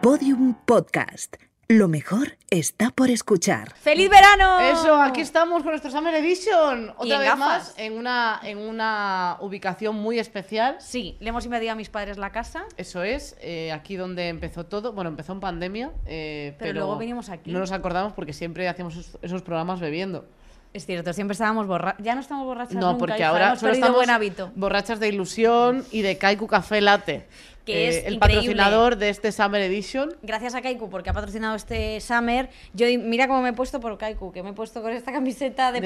Podium Podcast. Lo mejor está por escuchar. ¡Feliz verano! Eso, aquí estamos con nuestro Summer Edition. Y Otra en vez gafas. más, en una, en una ubicación muy especial. Sí, le hemos invadido a mis padres la casa. Eso es, eh, aquí donde empezó todo. Bueno, empezó en pandemia, eh, Pero pero, luego venimos aquí. No nos acordamos porque siempre hacemos esos, esos programas bebiendo. Es cierto, siempre estábamos borrachos. Ya no estamos borrachas No, nunca, porque hija, ahora hemos solo perdido estamos buen hábito. borrachas de ilusión y de Kaiku Café Latte, eh, Que es el increíble. patrocinador de este Summer Edition. Gracias a Kaiku porque ha patrocinado este Summer. Yo mira cómo me he puesto por Kaiku, que me he puesto con esta camiseta de,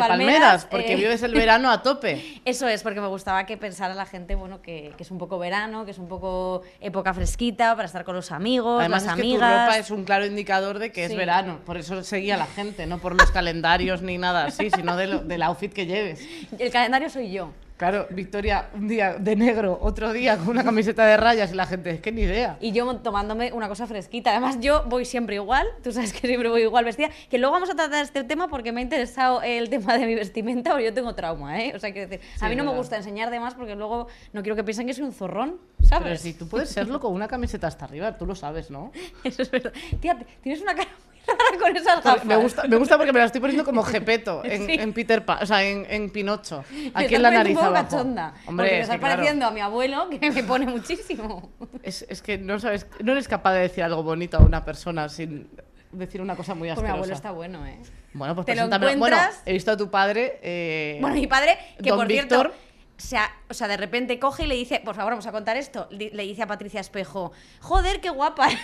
porque eh, vives el verano a tope. Eso es, porque me gustaba que pensara la gente, bueno, que, que es un poco verano, que es un poco época fresquita para estar con los amigos, Además es las que tu amigas. ropa es un claro indicador de que Sí. es verano, por eso seguía la gente, no por los calendarios ni nada así, sino de lo- del outfit que lleves. El calendario soy yo. Claro, Victoria un día de negro, otro día con una camiseta de rayas y la gente, es que ni idea. Y yo tomándome una cosa fresquita. Además, yo voy siempre igual. Tú sabes que siempre voy igual vestida. Que luego vamos a tratar este tema porque me ha interesado el tema de mi vestimenta, porque yo tengo trauma, ¿eh? O sea, quiero decir, a mí no me verdad. gusta enseñar de más porque luego no quiero que piensen que soy un zorrón, Pero ¿sabes? si tú puedes serlo con una camiseta hasta arriba, tú lo sabes, ¿no? Eso es verdad. Tía, t- tienes una cara muy rara con esas Porque gafas. Me gusta, me gusta porque me la estoy poniendo como Gepeto en, Ah, Sí. en Peter Pan, o sea, en, en Pinocho, Me aquí estás en la poniendo nariz un poco abajo. cachonda. Hombre, porque me es estás que, claro, pareciendo a mi abuelo, que me pone muchísimo. es, es que no sabes, no eres capaz de decir algo bonito a una persona sin decir una cosa muy Pues mi asquerosa. abuelo está bueno, ¿eh? Bueno, pues Te lo preséntamelo. Bueno, encuentras- he visto a tu padre. eh, Bueno, mi padre, que Don por Víctor. cierto, se ha- o sea, de repente coge y le dice, por favor, vamos a contar esto, Di- le dice a Patricia Espejo, joder, qué guapa. Le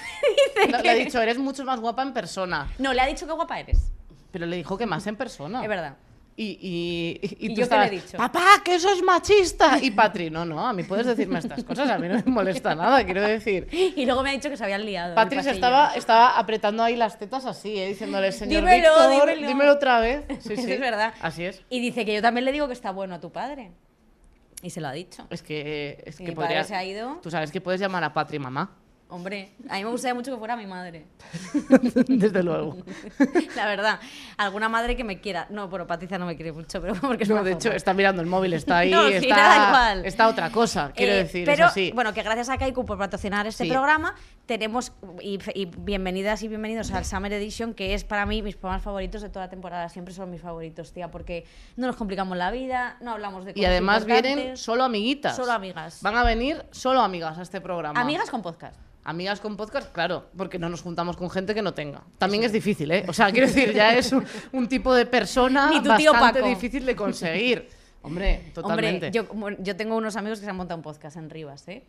dice no, que- le ha dicho, eres mucho más guapa en persona. No, le ha dicho qué guapa eres. Pero le dijo que más en persona. Es verdad. Y, y, y, ¿Y tú yo qué le he estabas, dicho? papá, que eso es machista. Y Patri, no, no, a mí puedes decirme estas cosas, a mí no me molesta nada, quiero decir. Y luego me ha dicho que se habían liado. en el Patri se pasillo. estaba, estaba apretando ahí las tetas así, eh, diciéndole, señor Dímelo, Víctor, dímelo". otra vez. Sí, Eso sí, es verdad. Así es. Y dice que yo también le digo que está bueno a tu padre. Y se lo ha dicho. Es que, eh, es Y que mi padre podría... se ha ido. Tú sabes que puedes llamar a Patri mamá, Hombre, a mí me gustaría mucho que fuera mi madre. desde luego. La verdad, alguna madre que me quiera. No, bueno, Patricia no me quiere mucho, pero porque es No, una de hecho, zorra. está mirando el móvil, está ahí, No, sí, está, nada igual. está otra cosa, quiero Eh, decir, pero, es así. Bueno, que gracias a Kaiku por patrocinar este Sí. programa, tenemos, y, y bienvenidas y bienvenidos al Summer Edition, que es para mí mis programas favoritos de toda la temporada, siempre son mis favoritos, tía, porque no nos complicamos la vida, no hablamos de y cosas además vienen importantes. solo amiguitas. pues Solo amigas. Van a venir solo amigas a este programa. Amigas con podcast. Amigas con podcast, claro, porque no nos juntamos con gente que no tenga. También es difícil, ¿eh? O sea, quiero decir, ya es un, un tipo de persona Ni tu tío bastante Paco. difícil de conseguir. Hombre, totalmente. Hombre, yo, bueno, yo tengo unos amigos que se han montado un podcast en Rivas, ¿eh?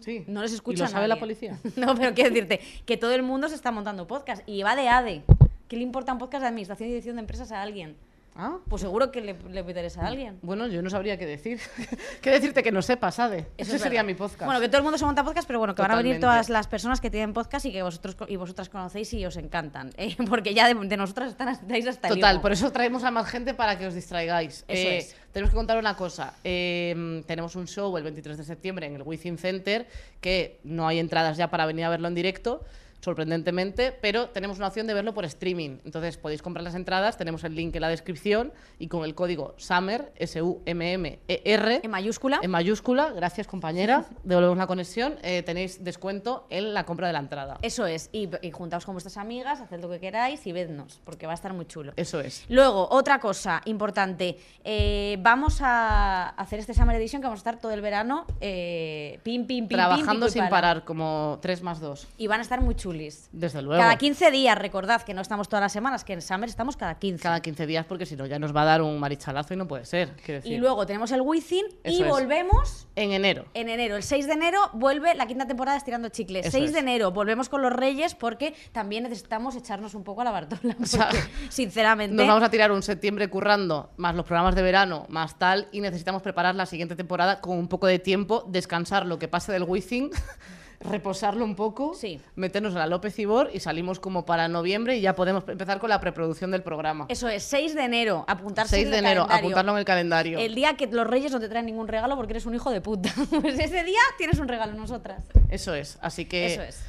Sí. No les escucha ¿Y lo sabe nadie. la policía? No, pero quiero decirte que todo el mundo se está montando podcast y va de ADE. ¿Qué le importa un podcast de administración y dirección de empresas a alguien? Ah, Pues seguro que le, le interesa a alguien. bueno, yo no sabría qué decir. qué decirte que no sepas, ¿sabe? Eso Ese es sería verdad. mi podcast. Bueno, que todo el mundo se monta podcast, pero bueno, que van a venir Totalmente. todas las personas que tienen podcast y que vosotros co- y vosotras conocéis y os encantan. ¿eh? Porque ya de, de nosotras están, estáis hasta el Total, higo. por eso traemos a más gente para que os distraigáis. Eso Eh, es. Tenemos que contar una cosa. Eh, tenemos un show el 23 de septiembre en el Within Center, que no hay entradas ya para venir a verlo en directo, sorprendentemente, pero tenemos una opción de verlo por streaming. Entonces podéis comprar las entradas, tenemos el link en la descripción y con el código SUMMER, S-U-M-M-E-R, En mayúscula. E en mayúscula, gracias compañera, devolvemos la conexión, eh, tenéis descuento en la compra de la entrada. Eso es. Y, y juntaos con vuestras amigas, haced lo que queráis y vednos, porque va a estar muy chulo. Eso es. Luego, otra cosa importante. eh, vamos a hacer este Summer Edition que vamos a estar todo el verano eh, pim, pim, pim, pim, pico Trabajando y sin pala. parar, como 3 más 2. Y van a estar muy chulis. Desde luego. Cada 15 días, recordad que no estamos todas las semanas, que en Summer estamos cada 15. cada 15 días porque si no ya nos va a dar un marichalazo y no puede ser. quiero decir. Y luego tenemos el Wizzing y Eso es. volvemos en enero. en enero. El 6 de enero vuelve la quinta temporada de Estirando Chicles. Eso 6 de es. enero volvemos con los Reyes porque también necesitamos echarnos un poco a la Bartola. Porque, sea, sinceramente. Nos vamos a tirar un septiembre currando, más los programas de verano, más tal, y necesitamos preparar la siguiente temporada con un poco de tiempo, descansar lo que pase del Wizzing, reposarlo un poco, Sí. meternos a la López Ibor y salimos como para noviembre y ya podemos empezar con la preproducción del programa. Eso es, 6 de enero, apuntarse 6 en de el enero, calendario. apuntarlo en el calendario. El día que los reyes no te traen ningún regalo porque eres un hijo de puta. Pues ese día tienes un regalo nosotras. Eso es, así que... Eso es.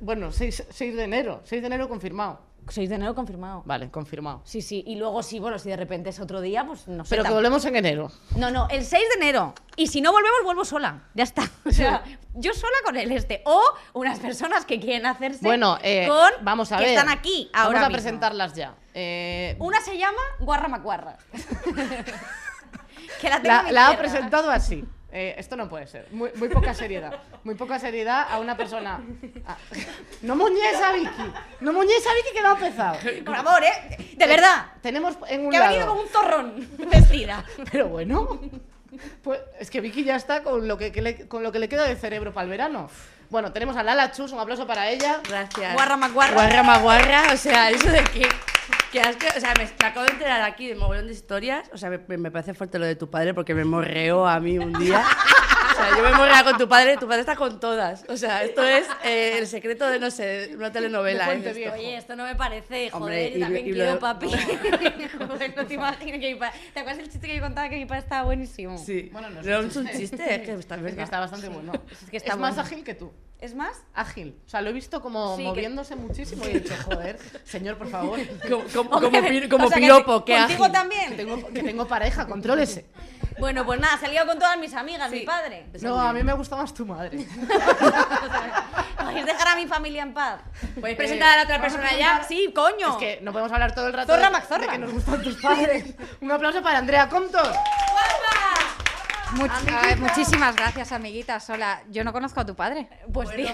Bueno, 6, 6 de enero, 6 de enero confirmado. 6 de enero confirmado. Vale, confirmado. Sí, sí. Y luego sí, bueno, si de repente es otro día, pues no sé. Pero que tampoco- volvemos en enero. No, no, el 6 de enero. Y si no volvemos, vuelvo sola. Ya está. O sea, yo sola con el este. O unas personas que quieren hacerse Bueno, eh, con. vamos a que ver. están aquí ahora. Vamos a mismo. presentarlas ya. Eh, Una se llama Guarra Macuarra. que la tengo. a la, mi la ha izquierda. presentado así. Eh, esto no puede ser. Muy, muy poca seriedad. Muy poca seriedad a una persona. Ah, No muñes a Vicky. No muñes a Vicky que no ha empezado. Por favor, ¿eh? De verdad. Tenemos en un Que ha venido lado- con un zorrón vestida. Pero bueno, pues es que Vicky ya está con lo que, que le, con lo que le queda de cerebro para el verano. Bueno, tenemos a Lala Chus, un aplauso para ella. Gracias. Guarra macuarra. Guarra maguarra, o sea, eso de que... que asco, o sea, me, me acabo de enterar aquí de mogollón de historias. O sea, me, me parece fuerte lo de tu padre porque me morreó a mí un día. O sea, yo me morreaba con tu padre, tu padre está con todas. O sea, esto es eh, el secreto de, no sé, una telenovela. De es Puente esto. Viejo. Oye, esto no me parece, joder, Hombre, yo y- también y quiero luego- papi. Joder, no te imagino que mi padre... ¿Te acuerdas el chiste que yo contaba que mi padre estaba buenísimo? Sí. Bueno, no es Pero un es un chiste. chiste, es que está, Es que está bastante bueno. es que está más bueno. ágil que tú. ¿Es más? Ágil. O sea, lo he visto como Sí, que- moviéndose muchísimo y he dicho, joder, señor, por favor. Como, como- como pir- como O sea, que piropo, que ¿Contigo ágil. también? Tengo, que tengo pareja, contrólese. Bueno, pues nada, salía con todas mis amigas, mi padre. No, a mí me gusta más tu madre. ¿Podéis dejar a mi familia en paz? ¿Podéis presentar a la otra Pues, eh, Vamos a persona presentar- ya? Sí, coño. Es que no podemos hablar todo el rato Zorra de- Mac Zorra. de que nos gustan tus padres. Un aplauso para Andrea Comptos. Much- ay, muchísimas gracias, amiguita sola. Yo no conozco a tu padre. Pues tío,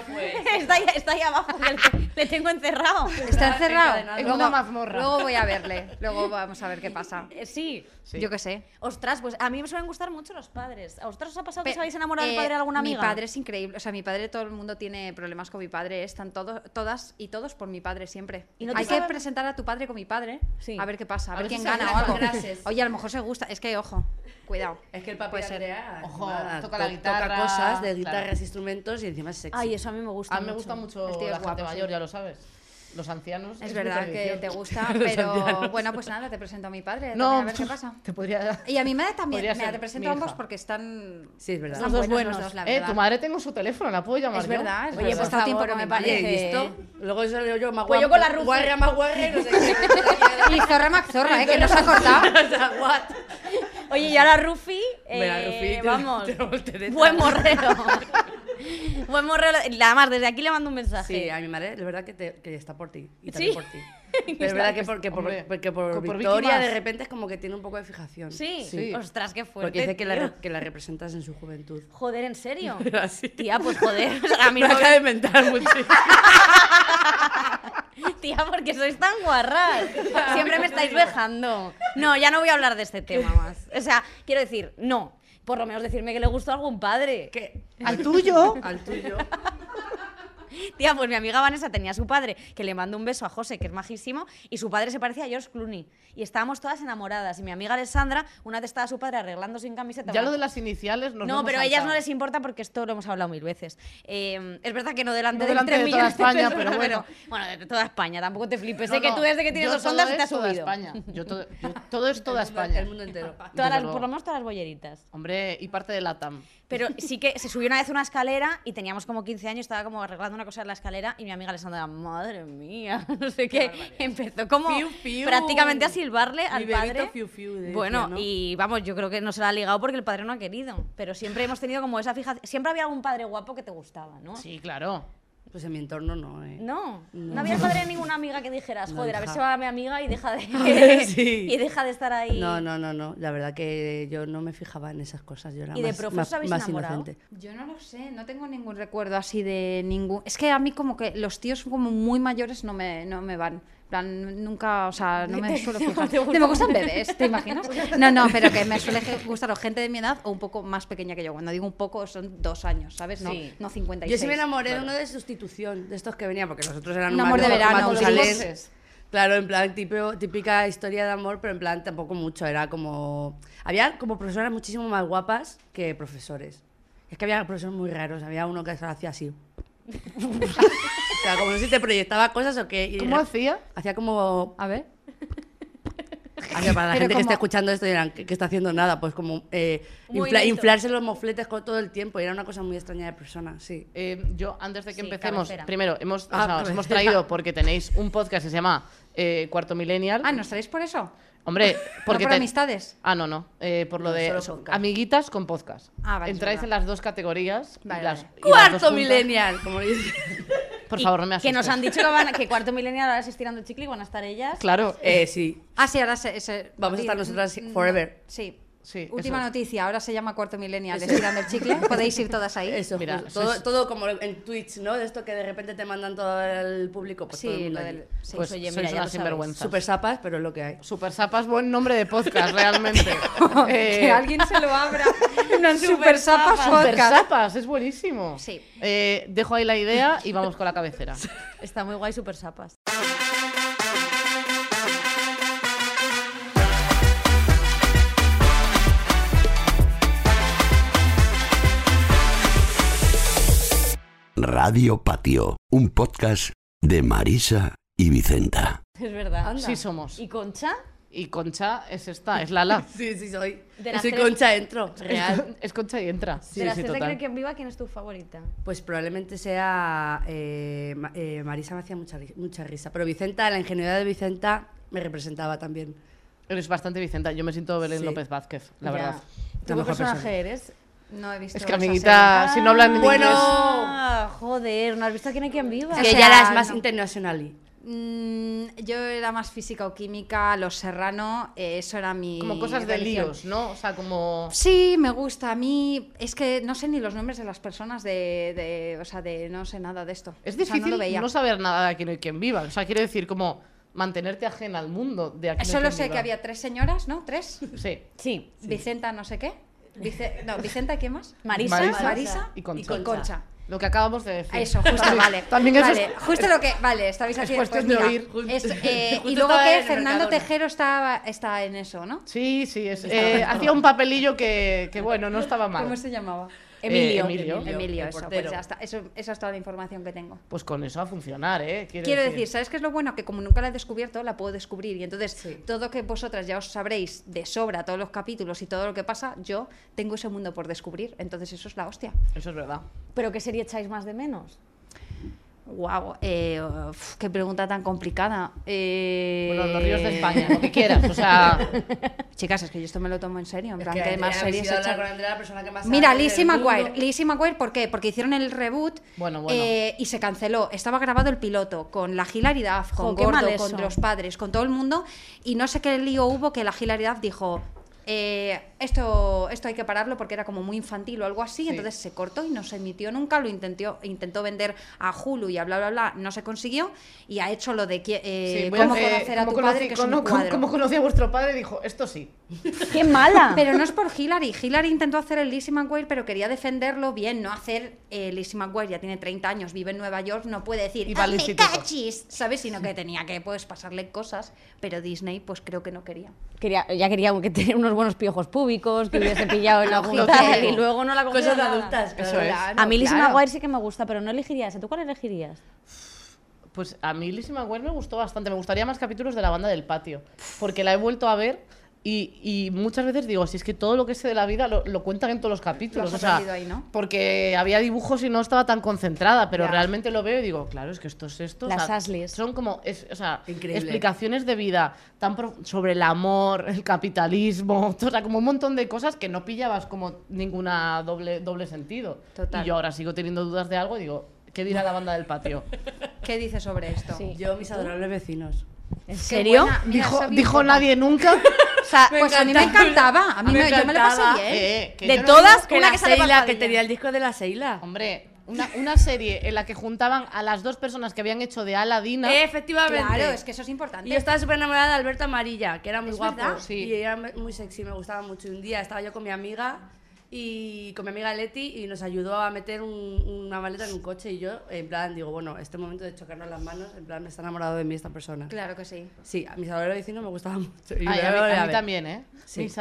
está, ahí, está ahí abajo, que le, le tengo encerrado. Está encerrado. encadenado. Luego- En una mazmorra. Luego voy a verle. Luego vamos a ver qué pasa. Eh, Sí. Sí. Yo qué sé. Ostras, pues a mí me suelen gustar mucho los padres. ¿A vosotros os ha pasado que Pe- os habéis enamorado del eh, padre de alguna amiga? Mi padre es increíble. O sea, mi padre, todo el mundo tiene problemas con mi padre. Están todo- todas y todos por mi padre siempre. ¿Y no te Hay sabe- que presentar a tu padre con mi padre. Sí. A ver qué pasa. A, A ver ver si quién se gana o acuerdan. algo. Gracias. Oye, a lo mejor se gusta. Es que, ojo, cuidado. Es que el papá Puede de ser. Andrea Pues, Ojo, nada, toca la to- guitarra, cosas de claro. guitarras, instrumentos y encima es sexy. Ay, eso a mí me gusta A mí me mucho. gusta mucho El tío es la gente guapo, mayor, sí. ya lo sabes. Los ancianos. Es mi verdad que perdición. te gusta, Los pero ancianos. bueno, pues nada, te presento a mi padre. No, pues, también, a ver qué pasa. Te podría. Y a mi madre también. Podría Mira, ser te presento mi a ambos hija. porque están. Sí, es verdad. están Los dos buenos. los dos, la eh, verdad. tu madre tengo su teléfono, la puedo llamar. Es yo? verdad, es Es Oye, verdad. pues está- tiempo con me mi parece... padre. Oye, ¿listo? Luego salió yo más Pues yo con la Rufi. guarra, más guarra y no sé qué. Y zorra Mac zorra, eh, que no se ha cortado. O sea, what? Oye, y ahora Rufi, eh, Mira, Rufi, te- vamos, te volteretas. buen morreo. buen morreo. Nada más, desde aquí le mando un mensaje. Sí, a mi madre, de verdad que, te, que está por ti. Y Sí. también por ti. Pero es verdad que porque por, Hombre, porque por por Vicky Victoria más. de repente es como que tiene un poco de fijación. Sí. Sí. ostras, qué fuerte. Porque dice que la, tío. re- que la representas en su juventud. Joder, ¿en serio? Así. Tía, pues joder. o sea, a mí Me no acaba de inventar muchísimo. Tía, porque sois tan guarras. Siempre me estáis dejando. No, ya no voy a hablar de este tema más. O sea, quiero decir, no. Por lo menos decirme que le gustó a algún padre. ¿Qué? Al tuyo. Al tuyo. Tía, pues mi amiga Vanessa tenía a su padre, que le mandó un beso a José, que es majísimo, y su padre se parecía a George Clooney. Y estábamos todas enamoradas. Y mi amiga Alessandra, una vez estaba su padre arreglando sin camiseta. Ya una- lo de las iniciales nos lo no, hemos pero a ellas no saltado. les importa porque esto lo hemos hablado mil veces. Eh, es verdad que no delante, No del delante tres de toda millones España, personas, pero bueno. bueno, de toda España, tampoco te flipes. No, sé que no, tú desde que tienes yo dos todo ondas es te has toda subido. España. Yo todo, yo- todo es toda España. El mundo entero. Todas Desde las- luego. por lo menos todas las bolleritas. Hombre, y parte de Latam. Pero sí que se subió una vez una escalera y teníamos como 15 años, estaba como arreglando una cosa en la escalera y mi amiga Alessandra, madre mía, no sé qué, empezó como Fiu, fiu. prácticamente a silbarle Mi al bebito padre. fiu, fiu, decía, bueno, ¿no? y vamos, yo creo que no se la ha ligado porque el padre no ha querido, pero siempre hemos tenido como esa fijación, siempre había algún padre guapo que te gustaba, ¿no? Sí, claro. Pues en mi entorno no, ¿eh? No, no, No. había el padre de ninguna amiga que dijeras, No, joder, a ver hija. si va mi amiga y deja de, Sí. y deja de estar ahí. No, no, no, no. La verdad que yo no me fijaba en esas cosas. Yo era ¿Y de más, profes más, os habéis más enamorado? inocente. Yo no lo sé, no tengo ningún recuerdo así de ningún... Es que a mí como que los tíos como muy mayores no me, no me van. En plan, nunca, o sea, no me suelo fijar. te Te me gustan bebés, ¿te imaginas? No, no, pero que me suele ge- gustar o gente de mi edad o un poco más pequeña que yo. Cuando digo un poco son dos años, ¿sabes? No, Sí. no 56. Yo sí me enamoré de uno de sustitución, de estos que venían, porque nosotros eran Un amor de verano, Matusalén. divorces. Claro, en plan tipo, típica historia de amor, pero en plan tampoco mucho. Era como. Había como profesoras muchísimo más guapas que profesores. Es que había profesores muy raros. Había uno que se lo hacía así. o sea, como no sé si te proyectaba cosas o qué. y ¿Cómo hacía? Hacía como. A ver. Así, que para la Pero gente que como- está escuchando esto dirán que, que está haciendo nada, pues como eh, Un infla- movimiento. inflarse los mofletes con todo el tiempo. Y era una cosa muy extraña de persona, sí. Eh, yo, antes de que Sí, empecemos, cabecera. primero, hemos, o Ah, sea, os hemos cabecera. traído porque tenéis un podcast que se llama eh, Cuarto Millennial. Ah, ¿nos traéis por eso? Hombre, porque no por te- amistades. Ah, no, no. eh, por lo No, de solo so- podcast. amiguitas con podcast. Ah, vale, es Entráis en verdad. las dos categorías. y Vale, las- vale. y las dos Cuarto juntas. millennial, como le dicen. Por Y favor, no me asustes. Que nos han dicho que, van, que cuarto milenial ahora se estirando el chicle y van a estar ellas. Claro. Eh, sí. Ah, sí, ahora se, se- Vamos a estar Mm, nosotras mm, forever. Sí. Sí, Última eso. noticia, ahora se llama Cuarto Millennial, estirando el chicle. Podéis ir todas ahí. Eso, Mira, justo. Pues todo, sois- todo como en Twitch, ¿no? De esto que de repente te mandan todo al público. Pues todo el Sí, mundo lo allí. del. sí. pues oye, sois mira, ya unas lo sabéis. sinvergüenzas. Super sapas, pero es lo que hay. Super Sapas, buen nombre de podcast, realmente. Eh, que alguien se lo abra. No en Super Super Sapas Sapas. Super Podcast. Sapas, es buenísimo. Sí. Eh, dejo ahí la idea y vamos con la cabecera. Está muy guay, super sapas. Radio Patio, un podcast de Marisa y Vicenta. Es verdad. Sí somos. ¿Y Concha? Y Concha es esta, es Lala. Sí, sí, soy. De las soy tres- concha, entro. Real. Es Concha y entra. Sí, de las sí, tres de total. Creen que en viva, ¿quién es tu favorita? Pues probablemente sea. eh, Ma- eh, Marisa me hacía mucha, ri- mucha risa. Pero Vicenta, la ingenuidad de Vicenta me representaba también. Eres bastante Vicenta. Yo me siento Belén Sí. López Vázquez, la Ya. verdad. ¿Tú La qué mejor personaje persona. eres? No he visto. Es que, esa amiguita, si no hablan en Bueno. inglés. Ah, joder, ¿no has visto quién hay quien viva? O Que sea, ya eras más no. internacional. y- serie. Mm, yo era más física o química, los serrano, eh, eso era mi. Como cosas de religión. líos, ¿no? O sea, como. Sí, me gusta. A mí es que no sé ni los nombres de las personas de, de- o sea, de no sé nada de esto. Es O sea, difícil no lo veía. saber nada de aquí no hay quien viva. O sea, quiero decir, como mantenerte ajena al mundo de aquí. no hay Solo quien sé que viva. había tres señoras, ¿no? Tres. Sí. Sí. Vicenta, no sé qué. Vice- no, Vicenta, ¿qué más? Marisa. Marisa. Marisa Y Concha. Y Concha. Lo que acabamos de decir. Eso, justo, vale. También eso Vale, es- Justo lo que. Vale, estabais haciendo. cuestión pues de mira, oír. es, eh, Justo y luego estaba en que el Fernando Mercadona. Tejero está, está en eso, ¿no? Sí, sí. es- eh, hacía un papelillo que, que, bueno, no estaba mal. ¿Cómo se llamaba? Eh, Emilio. Emilio, Emilio, el eso, portero. pues ya está. Eso, esa es toda la información que tengo. Pues con eso a funcionar, ¿eh? Quiero decir, ¿sabes qué es lo bueno? Que como nunca la he descubierto, la puedo descubrir. Y entonces, todo que vosotras ya os sabréis de sobra, todos los capítulos y todo lo que pasa, yo tengo ese mundo por descubrir. Entonces, eso es la hostia. Eso es verdad. ¿Pero qué serie echáis más de menos? ¡Guau! eh, uf, ¡Qué pregunta tan complicada! Eh, Bueno, los ríos de España, lo que quieras. O sea, Chicas, es que yo esto me lo tomo en serio. En plan, Que que más habéis series ido a hablar echan- con Andrea, la persona que más Mira, sabe del Lizzie mundo. McGuire. Lizzie McGuire, ¿por qué? Porque hicieron el reboot Bueno, bueno. eh, y se canceló. Estaba grabado el piloto con la Hilary Duff, Jo, con qué mal Gordo, eso. con los padres, con todo el mundo. Y no sé qué lío hubo que la Hilary Duff dijo... eh, esto, esto hay que pararlo porque era como muy infantil o algo así, entonces se cortó y no se emitió nunca, lo intentó, intentó vender a Hulu y a bla bla bla, no se consiguió y ha hecho lo de qui- eh, sí, voy cómo eh, conocer a tu como padre, conocí- que es cono- un como- cuadro. como conocí a vuestro padre, dijo, esto sí. ¡Qué mala! Pero no es por Hillary. Hillary intentó hacer el Lizzie McGuire, pero quería defenderlo bien, no hacer eh, Lizzie McGuire. Ya tiene 30 años, vive en Nueva York, no puede decir Y va al "Hace instituto". cachis", ¿sabes? Sino que tenía que pues pasarle cosas, pero Disney pues creo que no quería. Quería, ya quería que tener unos buenos piojos públicos, que hubiese pillado en algún Lógico. tal y luego no la cogió Cosas de nada. adultas, claro. Eso es. A mí Lizzie McGuire sí que me gusta, pero no elegiría esa. ¿Tú cuál elegirías? Pues a mí Lizzie McGuire me gustó bastante. Me gustaría más capítulos de la banda del patio. Porque la he vuelto a ver y, y muchas veces digo, si es que todo lo que sé de la vida lo, lo cuentan en todos los capítulos. Lo has o sea, aprendido ahí, ¿no? Porque había dibujos y no estaba tan concentrada, pero Ya. realmente lo veo y digo, claro, es que esto es esto. o Las sea, Ashleys. Son como es- o sea, Increíble. explicaciones de vida tan pro- sobre el amor, el capitalismo, o sea, como un montón de cosas que no pillabas como ninguna doble, doble sentido. Total. Y yo ahora sigo teniendo dudas de algo y digo, ¿qué dirá la banda del patio? ¿Qué dices sobre esto? Sí. Yo, mis adorables vecinos. ¿En Qué serio? buena- mira, Dijo, sabía dijo poco. nadie nunca. O sea, pues a mí me encantaba. A mí Me me, yo me lo pasé encantaba. bien. Eh, que de yo no todas, Que una la que sale Seila, que panzadilla. tenía el disco de la Seila. Hombre, una, una serie en la que juntaban a las dos personas que habían hecho de Aladina. Eh, Efectivamente. Claro, es que eso es Y importante. yo estaba súper enamorada de Alberto Amarilla, que era muy ¿Es guapo. verdad? Sí. Y era muy sexy, me gustaba mucho. Y un día estaba yo con mi amiga y con mi amiga Leti y nos ayudó a meter un- una maleta en un coche y yo, en plan, digo, bueno, este momento de chocarnos las manos, en plan, está enamorado de mí esta persona. Claro que sí. Sí, a mis adorables vecinos me gustaba mucho. Ay, Y me a, mí, veo a la mí vez. también, ¿eh? Sí. Mis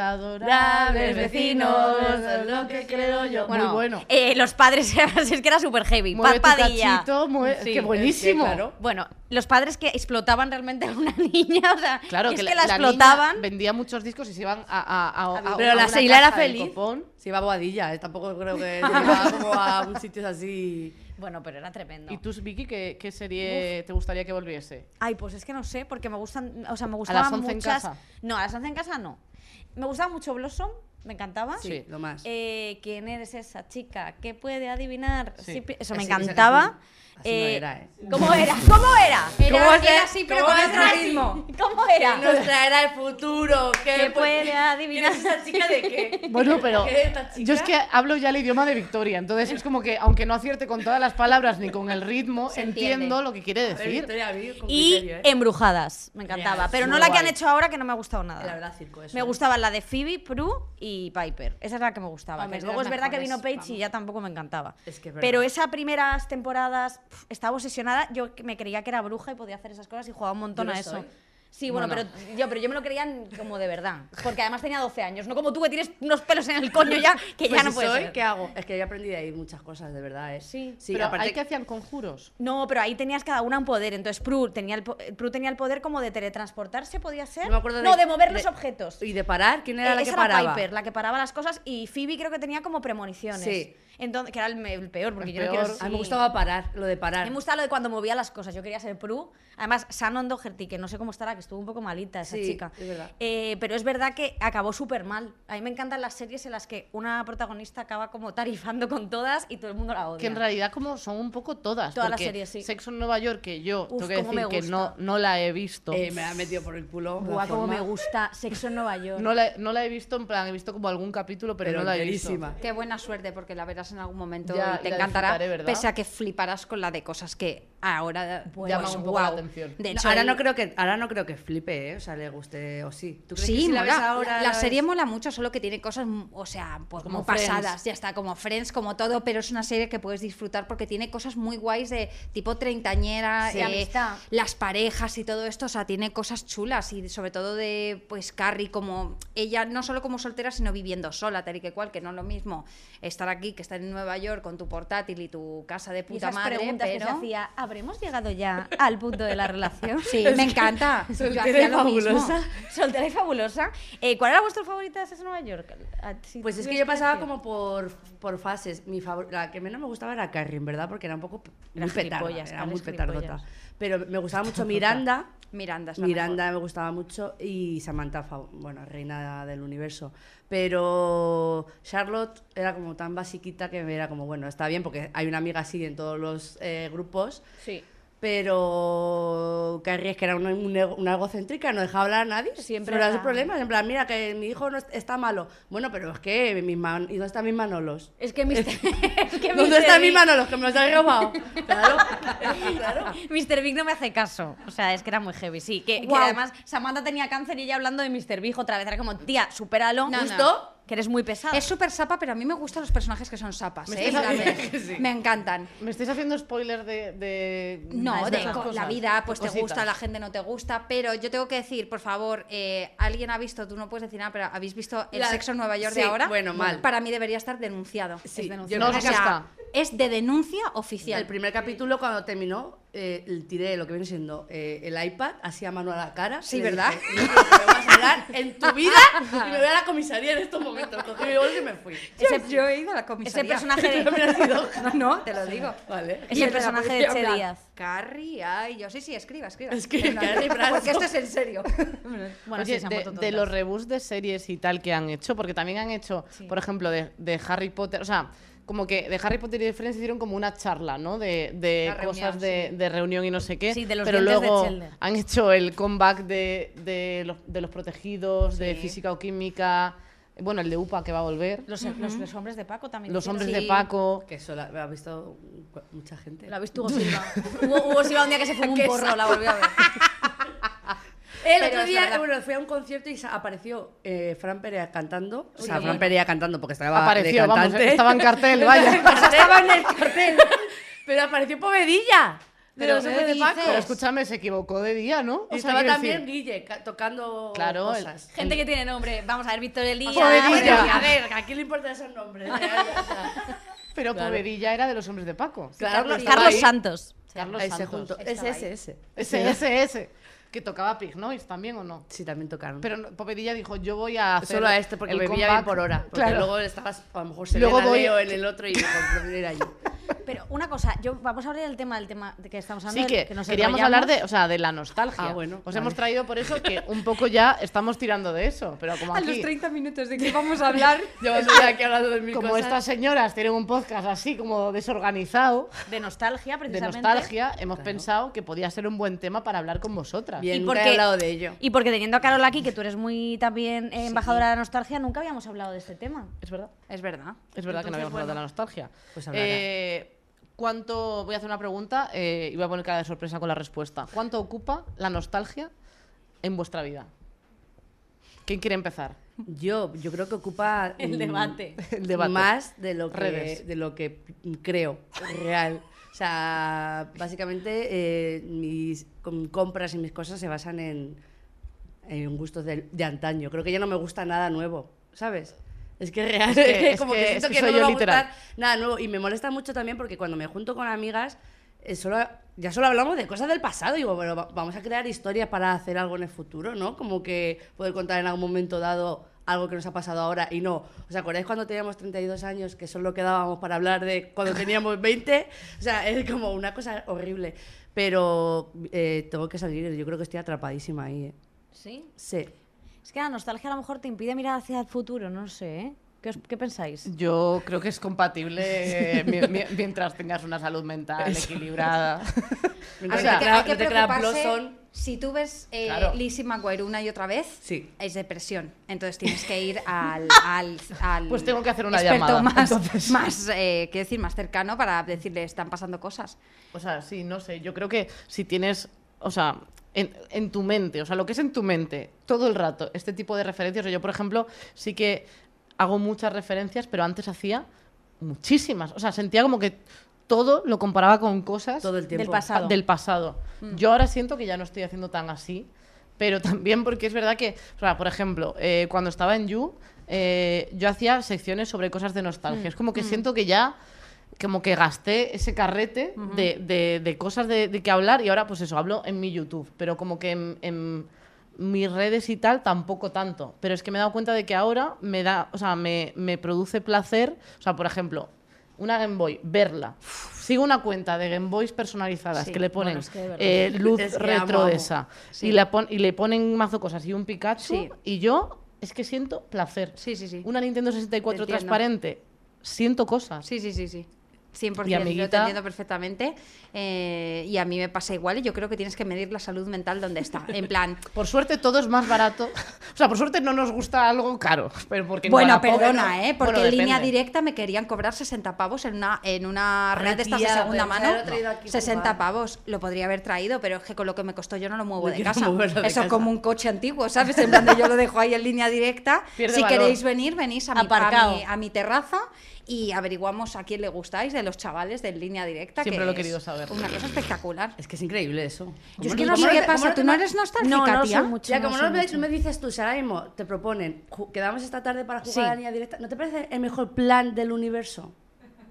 adorables vecinos, es lo que creo yo. Bueno, Muy bueno. eh, los padres, es que era súper heavy. Mueve tu Padilla. cachito, mueve- Sí, ¡Qué buenísimo! es que, claro. Bueno, los padres que explotaban realmente a una niña, o sea, Claro, es que, que, la, niña explotaban. vendía muchos discos y se iban a. a, a- a- Pero ah, a la una Seila era casa de feliz. copón. Sí, va boadilla, ¿eh? tampoco creo que llegaba como a un sitio así. Bueno, pero era tremendo. ¿Y tú, Vicky, qué, qué serie te gustaría que volviese? Ay, pues es que no sé, porque me gustan, o sea, me gustaban 11 en muchas. casa? No, a las 11 en casa no. Me gustaba mucho Blossom, me encantaba. Sí, Sí. lo más. Eh, ¿Quién eres esa chica? ¿Qué puede adivinar? Sí. Sí, pi- eso me Así- esa encantaba. canción. Así no era, ¿eh? ¿Cómo era? ¿Cómo era? Era, ¿Cómo es era el- así, pero cómo con es otro el- ritmo. ¿Cómo Que era? Nos traerá el futuro. ¿Qué, ¿Qué puede adivinar? ¿Quién es esa chica de qué? Bueno, pero ¿Qué, esta chica? yo es que hablo ya el idioma de Victoria, entonces es como que aunque no acierte con todas las palabras ni con el ritmo, entiendo lo que quiere A ver, decir. Victoria, a mí con Y criterio, ¿eh? Embrujadas, me encantaba. es Pero no muy la que guay. han hecho ahora, que no me ha gustado nada. La verdad, circo eso. ¿eh? Me gustaban la de Phoebe, Prue y Piper. Esa es la que me gustaba. Hombre, que de luego es las verdad que vino mejores, Paige y vamos. ya tampoco me encantaba. Es que es verdad. Pero esas primeras temporadas pf, estaba obsesionada. Yo que me creía que era bruja y podía hacer esas cosas y jugaba un montón Yo a lo eso. soy. Sí, bueno, Pero, yo, pero yo me lo creía en- como de verdad. Porque además tenía 12 años. No como tú que tienes unos pelos en el coño ya que ya Pues no si puedes. soy, ser. ¿Qué hago? Es que yo aprendí de ahí muchas cosas, de verdad, ¿eh? Sí. pero aparte hay que hacían conjuros. No, pero ahí tenías cada una un poder. Entonces Prue tenía el, po- Prue tenía el poder como de teletransportarse, podía ser. No me acuerdo de mover los objetos. Y de parar, ¿quién era Eh, la que esa paraba? Piper, la que paraba las cosas y Phoebe creo que tenía como premoniciones. Sí. Entonces, que era el, me- el peor, porque El yo no peor. quiero... A mí sí. me gustaba parar, lo de A parar. mí me gustaba lo de cuando movía las cosas. Yo quería ser Prue. Además, Shannon Doherty, que no sé cómo estará, que estuvo un poco malita esa Sí, chica. es verdad. Eh, pero es verdad que acabó súper mal. A mí me encantan las series en las que una protagonista acaba como tarifando con todas y todo el mundo la odia. Que en realidad como son un poco todas. Todas las porque series, sí. Sexo en Nueva York, que yo Uf, tengo que cómo me decir que no, gusta. no la he visto. Eh, me ha metido por el culo. de Buah, la cómo forma. me gusta Sexo en Nueva York. no, la, no la he visto, en plan, he visto como algún capítulo, pero, Pero no la he visto. enterísima. Qué buena suerte, porque la verás en algún momento Ya, y y te la encantará. disfrutaré, ¿verdad? Pese a que fliparás con la de cosas que ahora pues, Llama un poco la guau. atención. De No, hecho, ahora, el- no creo que, ahora no creo que flipe, ¿eh? O sea, le guste o sí. ¿Tú crees que Sí, si la ves mola. La- ahora? la, ves? serie mola mucho, solo que tiene cosas, mm, o sea, pues Como como Friends. pasadas, ya está, como Friends, como todo, pero es una serie que puedes disfrutar porque tiene cosas muy guays de tipo treintañera, Sí, eh, amistad. las parejas y todo esto, o sea, tiene cosas chulas y sobre todo de, pues, Carrie como ella, no solo como soltera, sino viviendo sola, tal y que cual, que no es lo mismo estar aquí que estar en Nueva York con tu portátil y tu casa de y puta esas madre, preguntas que se pero... hacía, ¿habremos llegado ya al punto de la relación? Sí, me encanta. Yo soltera y hacía lo mismo. fabulosa. Soltera y fabulosa. Eh, ¿Cuál era vuestro favorito de Sexo en Nueva York? Ah, si Pues es que tuvieras yo pasaba decir. como por, por fases. Mi favor- la que menos me gustaba era Carrie, en verdad, porque era un poco p- Era muy petarda, gilipollas, era Carrie muy es gilipollas. petardota. Pero me gustaba mucho Miranda. Miranda es la Miranda me gustaba mucho y Samantha, fa- bueno, reina del universo. Pero Charlotte era como tan basiquita que me era como, bueno, está bien porque hay una amiga así en todos los eh, grupos, Sí. pero Carrie es que era una, un ego- una egocéntrica, no dejaba hablar a nadie. Siempre Pero era era- su problema, en plan, mira, que mi hijo no es- está malo. Bueno, pero es que mis man... ¿Y dónde están mis manolos? Es que Mr. es que ¿Dónde están mis Big- manolos? Que me los han robado. claro, claro. Mr. Big no me hace caso. O sea, es que era muy heavy, sí. Que, que Guau. además Samantha tenía cáncer y ella hablando de Mr. Big otra vez. Era como, tía, supéralo. No, no. Justo, Que eres muy pesada. Es súper sapa, pero a mí me gustan los personajes que son sapas. Me ¿eh? estás- En plan de- Sí. Me encantan. ¿Me estáis haciendo spoiler de...? de No, esas de co- la cosas? vida, pues te Cositas. gusta, la gente no te gusta, pero yo tengo que decir, por favor, eh, alguien ha visto, tú no puedes decir nada, pero ¿habéis visto El La- sexo en Nueva York sí, de ahora? bueno, mal. Para mí debería estar denunciado. Sí, es yo denunciado. creo No, O que está. sea, es de denuncia oficial. El primer capítulo, cuando terminó, eh, le tiré lo que viene siendo eh, el iPad, así a mano a la cara. y Sí, le ¿verdad? dije, "No me vas a hablar en tu vida y me voy a la comisaría en estos momentos. Cogí mi bolsa y me fui. Ese- yo he ido a la comisaría. Ese personaje de- No, no, te lo digo. Vale. Es Y el de la personaje de policía, en Che plan, Díaz. Carrie, ay, yo sí, sí, escriba, escriba. Escribe, En plan, Carrie Brazo. Porque esto es en serio. Bueno, Oye, sí, se han de, roto de todas. los rebus de series y tal que han hecho, porque también han hecho, por ejemplo, de, de Harry Potter, o sea, como que de Harry Potter y de Friends hicieron como una charla, ¿no? De, de Una reunión, cosas de, de reunión y no sé qué. Sí, de los pero dientes de luego Chandler. han hecho el comeback de, de los, de los protegidos, de física o química, bueno, el de UPA que va a volver, los, Los, los- los hombres de Paco también. hicieron. hombres Sí. de Paco. Que eso lo lo ha visto mucha gente. Lo ha visto Hugo Silva. Hugo, Hugo Silva un día que se fumó un porro, la volvió a ver. El Pero otro es día verdad. bueno, fui a un concierto y sa- apareció eh, Fran Perea cantando. O sea, Uy, Fran uy. Perea cantando porque estaba de Apareció, vamos, cantante. estaba en cartel, vaya. O sea, estaba en el cartel. Pero apareció Povedilla. De Pero, los ¿qué Ojos de dices? Paco. Pero escúchame, se equivocó de día, ¿no? Y O sea, estaba quiero también decir- Guille ca- tocando Claro, el- cosas. Gente que tiene nombre. Vamos a ver, Víctor Elías. Povedilla. Bueno, Bueno, y a ver, ¿a quién le importan esos nombres? O sea, Pero Povedilla era de los hombres de Paco. Carlos, Carlos Santos. Carlos Ahí se Santos. juntó. Estaba Ese, ese, ahí. ese. Ese, ese, ese. Que tocaba Pig Noise también, ¿o no? Sí, también tocaron. Pero no- Povedilla dijo, yo voy a hacer Solo a este, porque el bebía comeback. bien por hora. Porque Claro. luego estabas, a lo mejor se luego Luego voy- Leo en el otro y digo, "Pero era yo. Pero una cosa, yo vamos a abrir el tema del tema de que estamos hablando. Sí, que, del nos queríamos enrollamos. hablar de, o sea, de la nostalgia. Ah, bueno, Os vale. hemos traído por eso que un poco ya estamos tirando de eso. Pero como A aquí, los 30 minutos de qué vamos a hablar. Llevamos ya aquí hablando de mil como cosas. estas señoras tienen un podcast así como desorganizado, De nostalgia, de precisamente. nostalgia, hemos pensado que podía ser un buen tema para hablar con vosotras. Bien, Y nunca porque- he hablado de ello. Y porque teniendo a Carol aquí, que tú eres muy también eh, embajadora de la nostalgia, nunca habíamos hablado de este tema. Es verdad. Es verdad. Es verdad que Entonces, no habíamos hablado de la nostalgia. Pues hablará. Eh, ¿Cuánto... Voy a hacer una pregunta eh, y voy a poner cara de sorpresa con la respuesta. ¿Cuánto ocupa la nostalgia en vuestra vida? ¿Quién quiere empezar? Yo, yo creo que ocupa El mm, debate. El debate. más de lo que Redes. de lo que creo real. O sea, básicamente eh, mis com- compras y mis cosas se basan en, en gustos del- eh, de, antaño. Creo que ya no me gusta nada nuevo, ¿sabes? Es que es real, es que, es como que- que, es siento que que, no soy me yo va a literal. gustar nada nuevo. Y me molesta mucho también porque cuando me junto con amigas, eh, solo, ya solo hablamos de cosas del pasado. Digo, bueno, va- vamos a crear historias para hacer algo en el futuro, ¿no? Como que poder contar en algún momento dado algo que nos ha pasado ahora y no. ¿Os acordáis cuando teníamos 32 años que solo quedábamos para hablar de cuando teníamos 20? O sea, es como una cosa horrible. Pero eh, tengo que salir, yo creo que estoy atrapadísima ahí. ¿eh? Sí. Sí. Es que la nostalgia a lo mejor te impide mirar hacia el futuro, no sé, ¿eh? ¿Qué, os- qué Mm. pensáis? Yo creo que es compatible eh, mi- mi- mientras tengas una salud mental equilibrada. Mientras Hay O sea, que, crea- hay que no te crea preocuparse. Blossom. Si tú ves eh, Claro. Lizzie McGuire una y otra vez, Sí. es depresión. Entonces tienes que ir al, al- al Pues tengo que hacer una experto llamada, más, entonces. más eh, quiero decir, más cercano para decirle están pasando cosas. O sea, sí, no sé, yo creo que si tienes, o sea, en, en tu mente, o sea, lo que es en tu mente, todo el rato, este tipo de referencias, o yo, por ejemplo, sí que hago muchas referencias, pero antes hacía muchísimas, o sea, sentía como que todo lo comparaba con cosas Todo el tiempo. Mm. Del pasado. del pasado. Yo ahora siento que ya no estoy haciendo tan así, pero también porque es verdad que, o sea, por ejemplo, eh, cuando estaba en You, eh, yo hacía secciones sobre cosas de Mm. nostalgia. Es como que siento que ya, como que gasté ese carrete de, de- de cosas de, de que hablar y ahora pues eso, hablo en mi YouTube, pero como que en... en mis redes y tal tampoco tanto, pero es que me he dado cuenta de que ahora me da, o sea, me, me produce placer, o sea, por ejemplo, una Game Boy, verla. Sigo una cuenta de Game Boys personalizadas Sí, que le ponen bueno, es que de verdad. eh, luz Es que retro amo, amo. esa Sí. y, la pon- y le ponen mazo cosas y un Pikachu Sí. y yo es que siento placer. Sí, sí, sí. Una Nintendo 64 Te entiendo. transparente, siento cosas. Sí, sí, sí, sí. 100%, Y lo te amiguita- entiendo perfectamente. Eh, y a mí me pasa igual y yo creo que tienes que medir la salud mental donde está. En plan, Por suerte todo es más barato. O sea, por suerte no nos gusta algo caro, pero porque Bueno, no van a poder, perdona, ¿no? ¿eh? Porque Bueno, en línea depende. directa me querían cobrar 60 pavos en una, en una red de estas de tía, segunda pero mano. ya lo he traído aquí 60 tumbado. pavos. Lo podría haber traído, pero es que con lo que me costó yo no lo muevo No de quiero casa. moverlo de Eso casa. como un coche antiguo, ¿sabes? En plan de yo lo dejo ahí en línea directa. Pierde si valor. queréis venir, venís a mi, a, Aparcado. mi, a mi terraza y averiguamos a quién le gustáis de los chavales de en línea directa. Siempre que lo he es querido saber. Una cosa espectacular. Es que es increíble eso. Yo es ¿Cómo que nos- no sé cómo qué te- pasa. cómo ¿Tú te- no eres No, nostálgica, no lo tía? soy mucho. Ya, como no no lo lo sé veis, mucho. me dices tú, si ahora mismo te proponen, ju- quedamos esta tarde para jugar Sí. a la línea directa, ¿no te parece el mejor plan del universo?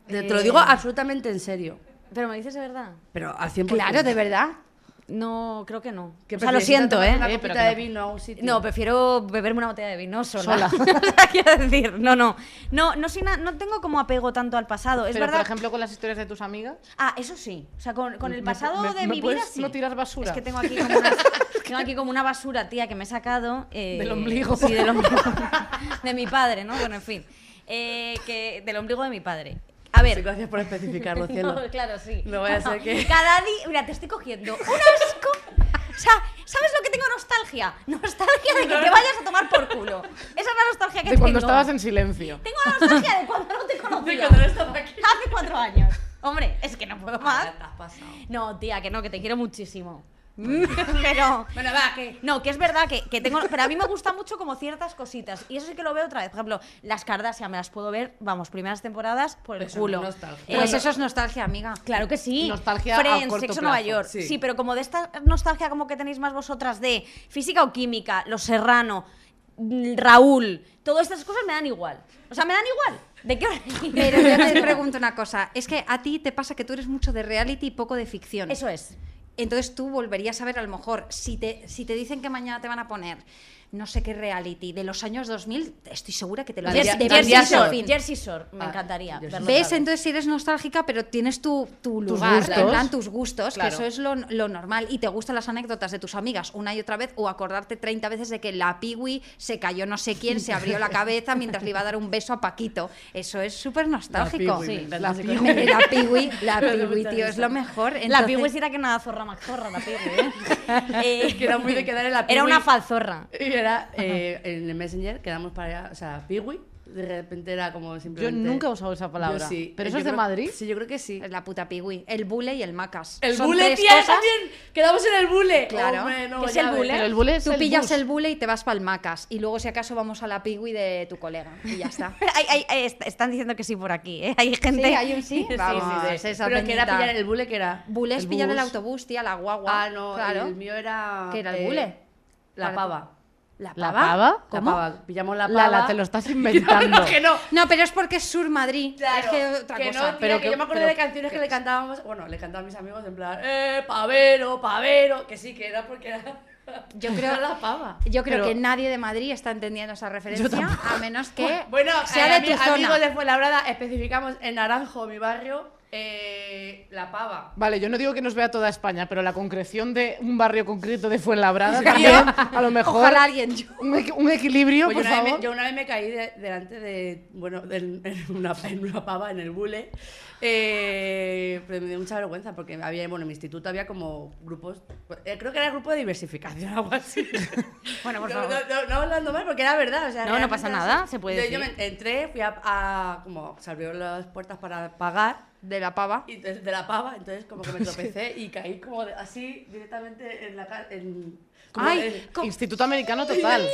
Te, te lo digo absolutamente en serio, Pero me dices de verdad. pero al 100%. Claro, de verdad. No, creo que no. ¿Qué o sea, lo prefieres, siento, tomarte ¿eh? Una Eh, pero copita que de no. vino a un sitio. No, prefiero beberme una botella de vino sola. o sea, quiero decir, no, no. No, no, soy na- no tengo como apego tanto al pasado. Es Pero verdad. por ejemplo con las historias de tus amigas, Ah, eso sí. O sea, con, con el pasado me- de me mi vida puedes sí. no tirar basura? Es que tengo aquí como una, tengo aquí como una basura, tía, que me he sacado. eh, Del ombligo. Sí, del ombligo. De mi padre, ¿no? Bueno, en fin. Eh, que, del ombligo de mi padre. A Sí, ver. gracias por especificarlo, cielo. No, claro, sí. No vaya a ser que- Cada día. Mira, te estoy cogiendo un asco. O sea, ¿sabes lo que tengo nostalgia? Nostalgia de que te vayas a tomar por culo. Esa es la nostalgia que de cuando tengo. estabas en silencio. Tengo la nostalgia de cuando no te conocía. cuando no estaba aquí. Hace cuatro años. Hombre, es que no puedo más. Ah, te has pasado. No, tía, que no, que te quiero muchísimo. Pero. Bueno, va, que. No, que es verdad que, que tengo. Pero a mí me gusta mucho como ciertas cositas. Y eso sí que lo veo otra vez. Por ejemplo, las Kardashian me las puedo ver, vamos, primeras temporadas por el Eso es culo. nostalgia. Eh, Pues eso es nostalgia, amiga. Claro que sí. Nostalgia a Friends, corto Sexo plazo, Nueva York. Sí. sí. pero como de esta nostalgia como que tenéis más vosotras de física o química, Los Serrano, mm, Raúl, todas estas cosas me dan igual. O sea, me dan igual. ¿De qué hora? Pero yo te pregunto una cosa. Es que a ti te pasa que tú eres mucho de reality y poco de ficción. Eso es. Entonces tú volverías a ver, a lo mejor, si te, si te dicen que mañana te van a poner no sé qué reality de los años 2000, estoy segura que te lo La ves Jer- de Jersey principio a Shore. fin. Jersey Shore, me Ah, encantaría. Jersey verlo ¿Ves? otra vez. Entonces si eres nostálgica, pero tienes tu, tu lugar, gustos. en plan, tus gustos, Claro. que eso es lo, lo normal. Y te gustan las anécdotas de tus amigas una y otra vez, o acordarte 30 veces de que la piwi se cayó no sé quién, se abrió la cabeza mientras le iba a dar un beso a Paquito. Eso es súper nostálgico. piwi, Sí. me La encanta ese piwi, la piwi, la piwi, tío, es lo mejor. La Entonces- piwi sí era que nada zorra más zorra, la piwi, ¿eh? Eh, Es que era muy de quedar en la Era una piwi. falzorra. Y era eh, en el Messenger, quedamos para allá, o sea, Piwi, de repente era como simplemente... nunca he usado esa palabra. Yo sí. ¿Pero Eh, eso yo es de creo- Madrid? Sí, yo creo que sí. Es la puta piwi. El bule y el macas. El Son bule, tres tía, cosas. también. Quedamos en el bule. Claro. Hombre, no, ¿Qué es ya el ves. bule? Pero el bule es Tú el pillas bus. el bule y te vas para el macas. Y luego, si acaso, vamos a la piwi de tu colega. Y ya está. Ay, ay, ay, est- están diciendo que sí por aquí, ¿eh? Hay gente. Sí, hay un sí. Vamos, Sí, esa Pero que era peñita. pillar el bule, que era... Bule es El pillar el bus. autobús, tía, la guagua. Ah, no, claro. el mío era... ¿Qué era el eh, bule? La Para- pava. ¿La ¿La pava? pava? ¿Cómo? La pava. Pillamos la pava. Lala, te lo estás inventando. No, que no. No, pero es porque es Sur Madrid. Claro, es que otra que cosa. No, tía, pero que que- yo me acuerdo pero- de canciones que le cantábamos, bueno, le cantaban mis amigos en plan, eh, pavero, pavero, que sí, que era porque era... Yo creo- la pava. Yo creo Pero- que nadie de Madrid está entendiendo esa referencia, a menos que Bueno, sea eh, de ami- tu zona. amigos de Fuenlabrada, especificamos en Naranjo, mi barrio, eh, la pava. Vale, yo no digo que nos vea toda España, pero la concreción de un barrio concreto de Fuenlabrada también, a lo mejor. Ojalá alguien. yo- Un, equi- un equilibrio, Pues por yo, una vez favor. me, yo una vez me caí de- delante de, bueno, del- en, una, en una pava, en el bule, eh, pero me dio mucha vergüenza porque había, bueno, en mi instituto había como grupos, eh, creo que era el grupo de diversificación, algo así. Bueno, por no, favor. no, no, no hablando mal, porque era verdad. O sea, No, no realmente pasa era nada, así. se puede Yo- Yo, decir. me entré, fui a, a- como se abrieron las puertas para pagar De la pava. y de, de la pava, entonces como que me tropecé y caí como de- así directamente en la cara. Ay, co- Instituto Americano total.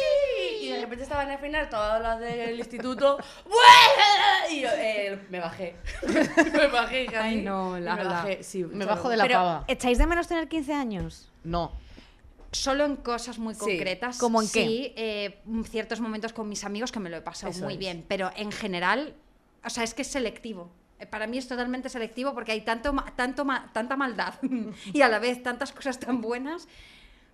Y de repente estaban al final todas las del instituto. ¡Bueh! Y yo eh, me bajé. me bajé, hija, Ay, sí. no, Y la- me la- bajé. sí, me mucha bajo de vergüenza. la Pero, pava. ¿echáis de menos tener 15 años? No. solo en cosas muy Sí. concretas. ¿Cómo en qué? Sí, eh, ciertos momentos con mis amigos que me lo he pasado Eso muy es. bien, pero en general, o sea, es que es selectivo. Eh, Para mí es totalmente selectivo porque hay tanto, ma- tanto, ma- tanta maldad y a la vez tantas cosas tan buenas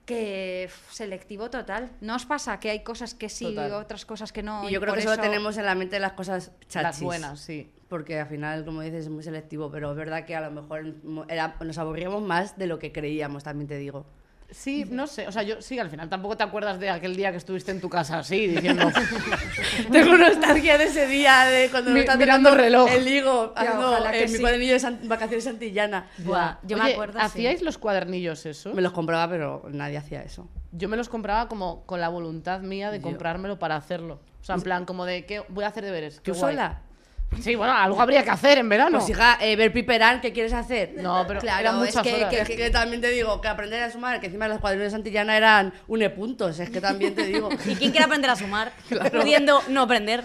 que uf, selectivo total. ¿No os pasa que hay cosas que sí Total. y otras cosas que no? Y yo creo por que solo eso- tenemos en la mente las cosas chachis. Las buenas, sí. Porque al final, como dices, es muy selectivo, pero es verdad que a lo mejor mo- era- nos aburríamos más de lo que creíamos, también te digo. Sí, no sé. O sea, yo sí, al final tampoco te acuerdas de aquel día que estuviste en tu casa así, diciendo. Tengo nostalgia de ese día, de cuando Mi- me estaba mirando tocando el reloj. El higo, Ya, haciendo ojalá que eh, mi sí. cuadernillo de san- vacaciones santillana. Buah, yo me Oye, acuerdo, sí. ¿Hacíais los cuadernillos eso? Me los compraba, pero nadie hacía eso. Yo me los compraba como con la voluntad mía de comprármelo para hacerlo. O sea, en plan, como de que voy a hacer deberes. qué ¿Tú guay. sola? Sí, bueno, algo habría que hacer en verano. Pues hija, eh, ver Piperán, ¿qué quieres hacer? No, pero Claro, eran es muchas que- horas. que- Es que también te digo que aprender a sumar, que encima las cuadernillas de Santillana eran une puntos, es que también te digo. ¿Y quién quiere aprender a sumar? Pudiendo no aprender.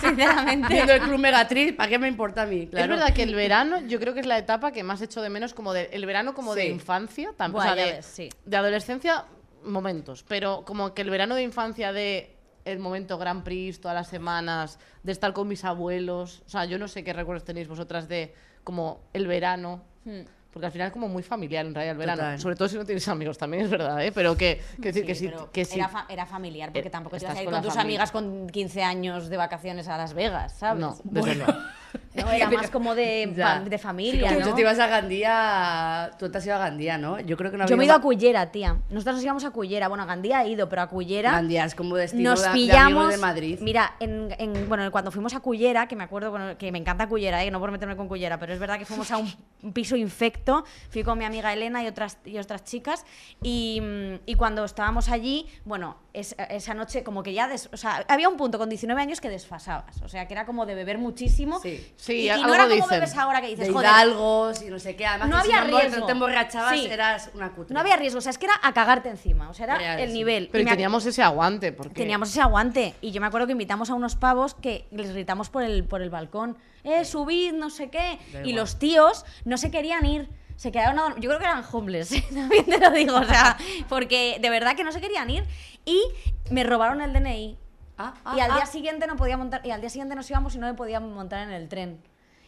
Sinceramente. Viendo el club Megatriz, ¿para qué me importa a mí? Claro. Es verdad que el verano yo creo que es la etapa que más echo de menos, como de, el verano como de Sí. infancia, también. Buah, ya de, ves, sí. de adolescencia, momentos, pero como que el verano de infancia de el momento Grand Prix todas las semanas, de estar con mis abuelos, o sea, yo no sé qué recuerdos tenéis vosotras de como el verano. Hmm. Porque al final es como muy familiar en realidad el verano. Total. Sobre todo si no tienes amigos también, es verdad, ¿eh? Pero que, que decir que sí. pero que sí. Era, fa- era familiar, porque Eh, tampoco te estás ibas a ir con con, la tus familia. amigas con 15 años de vacaciones a Las Vegas, ¿sabes? No, desde luego. No, era más como de, Ya. fam- de familia, Tú, ¿no? tú te ibas a Gandía, tú te has ido a Gandía, ¿no? Yo creo que no Yo había me he ido a Cullera, tía. Nosotros nos íbamos a Cullera. Bueno, a Gandía he ido, pero a Cullera... Gandía es como destino nos de, de pillamos amigos de Madrid. mira en, en- bueno cuando fuimos a Cullera que me acuerdo bueno, que me encanta Cullera eh, que no por meterme con Cullera pero es verdad que fuimos a un, un piso infecto fui con mi amiga Elena y otras y otras chicas y, mm, y cuando estábamos allí bueno es- esa noche como que ya des- o sea había un punto con 19 años que desfasabas o sea que era como de beber muchísimo Sí. Sí, y, y algo no era como dicen. bebes ahora que dices, de joder, hidalgos y no sé qué. Además, No que había si te embor- riesgo. te emborrachabas, Sí. eras una cutre. no había riesgo, o sea, es que era a cagarte encima, o sea, era Real, el sí. nivel. Pero Y y me ac- teníamos ese aguante, porque Teníamos ese aguante. Y yo me acuerdo que invitamos a unos pavos que les gritamos por el, por el balcón, eh, subid, no sé qué. Da y igual. los tíos no se querían ir. Se quedaron a dormir. Yo creo que eran homeless, ¿eh? también te lo digo. O sea, porque de verdad que no se querían ir. Y me robaron el DNI. Ah, ah, y al día ah. siguiente no podía montar. Y al día siguiente nos íbamos y no me podían montar en el tren.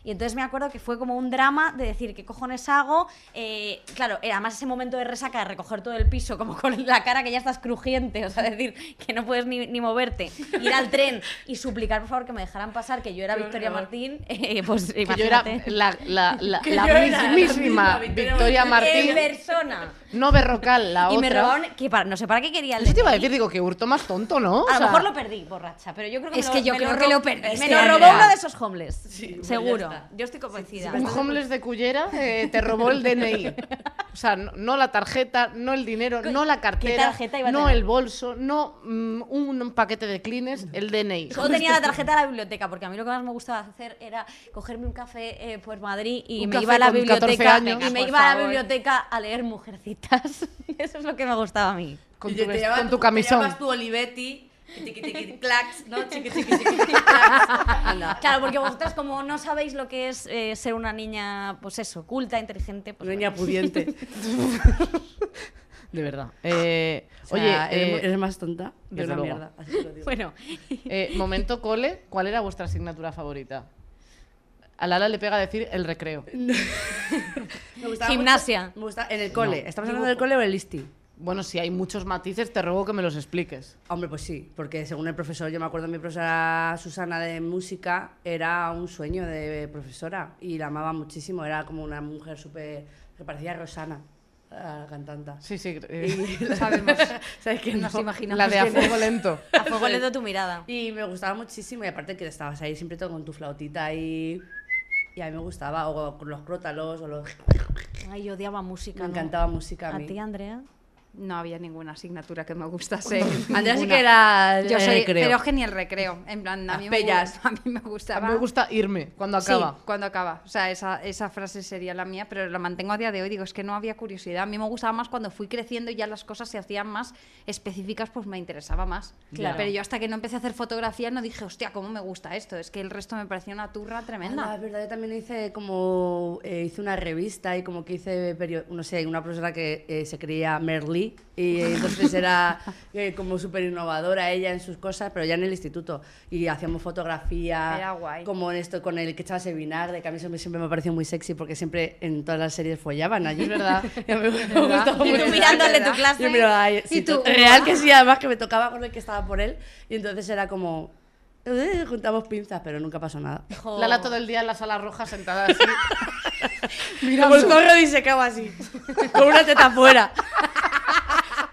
Y entonces me acuerdo que fue como un drama de decir qué cojones hago. Eh, claro, eh, además ese momento de resaca de recoger todo el piso, como con la cara que ya estás crujiente, o sea, decir que no puedes ni, ni moverte, ir al tren y suplicar por favor que me dejaran pasar, que yo era Qué Victoria horror. Martín, eh, pues que yo era imagínate. la, la, la, Que la yo era la mismísima misma Victoria Victoria en Martín, persona. no Berrocal, la Y otra. me robaron, que para- no sé para qué quería el Eso te iba a DNI. decir, digo, que hurto más tonto, ¿no? O A lo sea, mejor lo perdí, borracha, pero yo creo que Es me que yo me creo ro- que lo perdiste, Me lo robó Andrea. uno de esos homeless, pues ya seguro. está. Yo estoy convencida. Un homeless de Cullera eh, te robó el DNI. O sea, no, no la tarjeta, no el dinero, no la cartera, tarjeta iba a no tener? el bolso, no mm, un paquete de clines, el DNI. Solo tenía la tarjeta de la biblioteca, porque a mí lo que más me gustaba hacer era cogerme un café eh, por Madrid y Un me café iba a la con 14 biblioteca años. y me Por iba a la favor. biblioteca a leer mujercitas. Eso es lo que me gustaba a mí. Con Y tu, te vest- llamas- con tu camisón. Te llamas tú Olivetti. tiqui, tiqui, clax, ¿no? Chiqui, chiqui, chiqui, clax. Anda. Claro, porque vosotras como no sabéis lo que es eh, ser una niña, pues eso, culta, inteligente, pues Niña pudiente. De verdad. Eh, O oye, sea, eres, eh, eres más tonta de desde una luego. mierda. Así te lo digo. bueno. eh, momento cole, ¿cuál era vuestra asignatura favorita? A Lala le pega decir el recreo. Me gustaba Gimnasia. mucho- me gusta- en el cole. No. ¿Estamos hablando del cole o el listing? Bueno, si hay muchos matices, te ruego que me los expliques. Hombre, pues sí, porque según el profesor, yo me acuerdo mi profesora Susana de música, era un sueño de profesora y la amaba muchísimo, era como una mujer súper, que parecía a Rosana, a la cantante. Sí, sí. eh, Y- sabemos, ¿sabes que Nos no? imaginamos la de a que- fuego lento. A fuego le doy tu mirada. Y me gustaba muchísimo y aparte que estabas ahí siempre todo con tu flautita y, y a mí me gustaba, o con los crótalos, o los... Ay, yo odiaba música. Me ¿no? encantaba música a ¿A mí. ti, Andrea? No había ninguna asignatura que me gustase. Andrea sí Ninguna. que era... Yo el soy, recreo. pero es que ni el recreo. En plan, a Las mí, me, pellas. gu- a mí me A gustaba. mí me gusta irme cuando Sí, acaba. cuando acaba. O sea, esa, esa frase sería la mía, pero la mantengo a día de hoy. Digo, es que no había curiosidad. A mí me gustaba más cuando fui creciendo y ya las cosas se hacían más específicas, pues me interesaba más. Claro. Pero yo hasta que no empecé a hacer fotografía no dije, hostia, cómo me gusta esto. Es que el resto me parecía una turra Ah, tremenda. es verdad, yo también hice como eh, hice una revista y como que hice perio- no sé, una profesora que eh, se creía Merly y eh, entonces era eh, como súper innovadora ella en sus cosas, pero ya en el instituto y hacíamos fotografía Era guay. como en esto con el que echabas el vinagre, que a mí siempre, siempre me pareció muy sexy porque siempre en todas las series follaban allí, Es verdad. Y a mí me verdad. gustaba Y tú mucho. mirándole tu clase. Yo miraba, ay, sí, Y tú, real que sí, además que me tocaba con el que estaba por él y entonces era como eh, juntamos pinzas, pero nunca pasó nada. Jo. Lala todo el día en la sala roja sentada así. Como el zorro disecado así, con una teta afuera.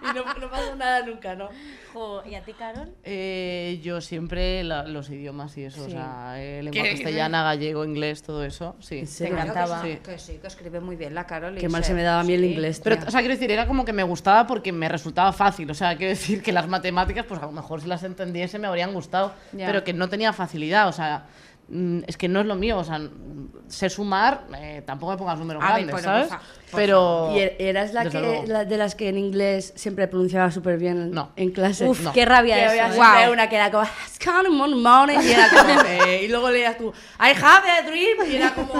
y no, no pasó nada nunca, ¿no? Jo, ¿Y a ti, Carol? Eh, yo siempre la- los idiomas y eso, o Sí. sea, eh, lengua castellana, gallego, inglés, todo eso, sí. ¿En serio? Te encantaba. Sí. Que sí, que escribe muy bien la Carol. y Qué mal se me daba a mí el inglés. Pero, tía. o sea, quiero decir, era como que me gustaba porque me resultaba fácil. O sea, quiero decir que las matemáticas, pues a lo mejor si las entendiese me habrían gustado, Ya. pero que no tenía facilidad. O sea, mm, es que no es lo mío. O sea, mm, sé sumar, eh, tampoco me pongas números A ver, grandes, pues, bueno, ¿sabes? por fa- por pero. ¿Y er- eras la, desde que, luego. la de las que en inglés siempre pronunciaba súper bien No. en clase? Uf, no. qué Que rabia había eso. ¿eh? siempre Guau. una que era como, "It's coming on morning", y, era como eh, y luego leías tú, I have a dream, y era como,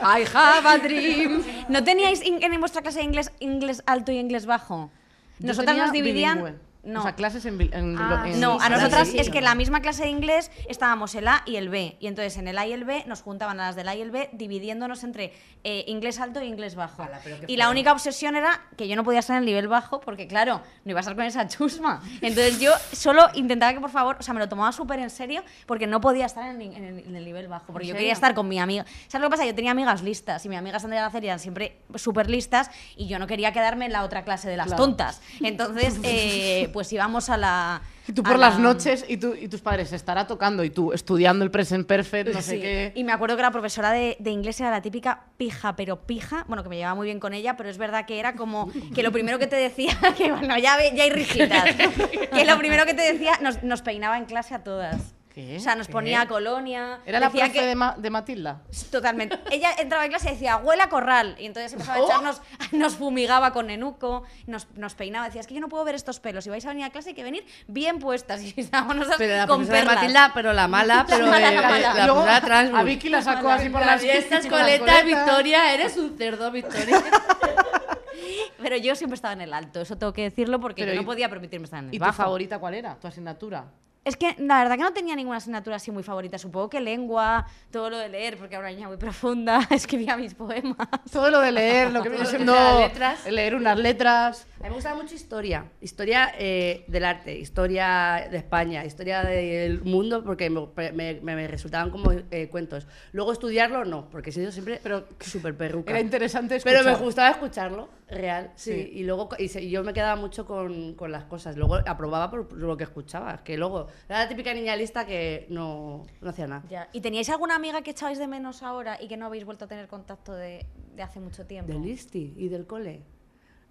I have a dream. ¿No teníais in- en vuestra clase de inglés inglés alto y inglés bajo? Yo Nosotras tenía nos dividían. bilingüe. No. O sea, clases en. bi- en Ah, lo- en- no, a sí, nosotras sí. es que en la misma clase de inglés estábamos el A y el B. Y entonces en el A y el B nos juntaban a las del A y el B dividiéndonos entre eh, inglés alto e inglés bajo. Ala, pero qué y la feo. única obsesión era que yo no podía estar en el nivel bajo porque, claro, no iba a estar con esa chusma. Entonces yo solo intentaba que, por favor, o sea, me lo tomaba súper en serio porque no podía estar en, en el, en el nivel bajo. Porque ¿En yo serio? quería estar con mi amiga. ¿Sabes lo que pasa? Yo tenía amigas listas y mis amigas Andrea Lacer eran siempre súper listas y yo no quería quedarme en la otra clase de las Claro. tontas. Entonces, eh, pues íbamos a la. Y tú a por las la- noches y, tú, y tus padres estará tocando y tú estudiando el present perfect, no sé Sí. qué. Y me acuerdo que la profesora de, de inglés era la típica pija, pero pija. Bueno, que me llevaba muy bien con ella, pero es verdad que era como que lo primero que te decía, que bueno, ya, ve- ya hay rijitas. que lo primero que te decía, nos, nos peinaba en clase a todas. ¿Qué? O sea, nos ¿Qué? ponía a colonia. Era la decía profe de, Ma- de Matilda. Totalmente. Ella entraba en clase y decía, abuela corral. Y entonces empezaba ¡Oh! a echarnos, nos fumigaba con nenuco, nos, nos peinaba. Decía, es que yo no puedo ver estos pelos. Si vais a venir a clase hay que venir bien puestas. Y estábamos nosotras Pero la con profesora de perlas. Matilda, pero la mala, pero mala, la eh, mala. la Luego, profesora trans. a Vicky la sacó así por las Y esta por las escoleta, coletas. Victoria, eres un cerdo, Victoria. Pero yo siempre estaba en el alto, eso tengo que decirlo porque Pero yo y- no podía permitirme estar en el ¿Y tu bajo. favorita cuál era? ¿Tu asignatura? Es que la verdad que no tenía ninguna asignatura así muy favorita. Supongo que lengua, todo lo de leer, porque era una niña muy profunda, escribía mis poemas. Todo lo de leer, lo que viene Todo lo que siendo sea de letras. leer unas letras. A mí me gustaba mucho historia, historia eh, del arte, historia de España, historia del mundo, porque me, me- me- me resultaban como eh, cuentos. Luego estudiarlo no, porque he sido siempre pero súper perruca. Era interesante escuchar. Pero me gustaba escucharlo, real, sí. Sí. Y luego co- y se- y yo me quedaba mucho con, con las cosas. Luego aprobaba por lo que escuchaba, que luego era la típica niña lista que no, no hacía nada. ¿Y teníais alguna amiga que echabais de menos ahora y que no habéis vuelto a tener contacto de, de hace mucho tiempo? Del Isti y del cole.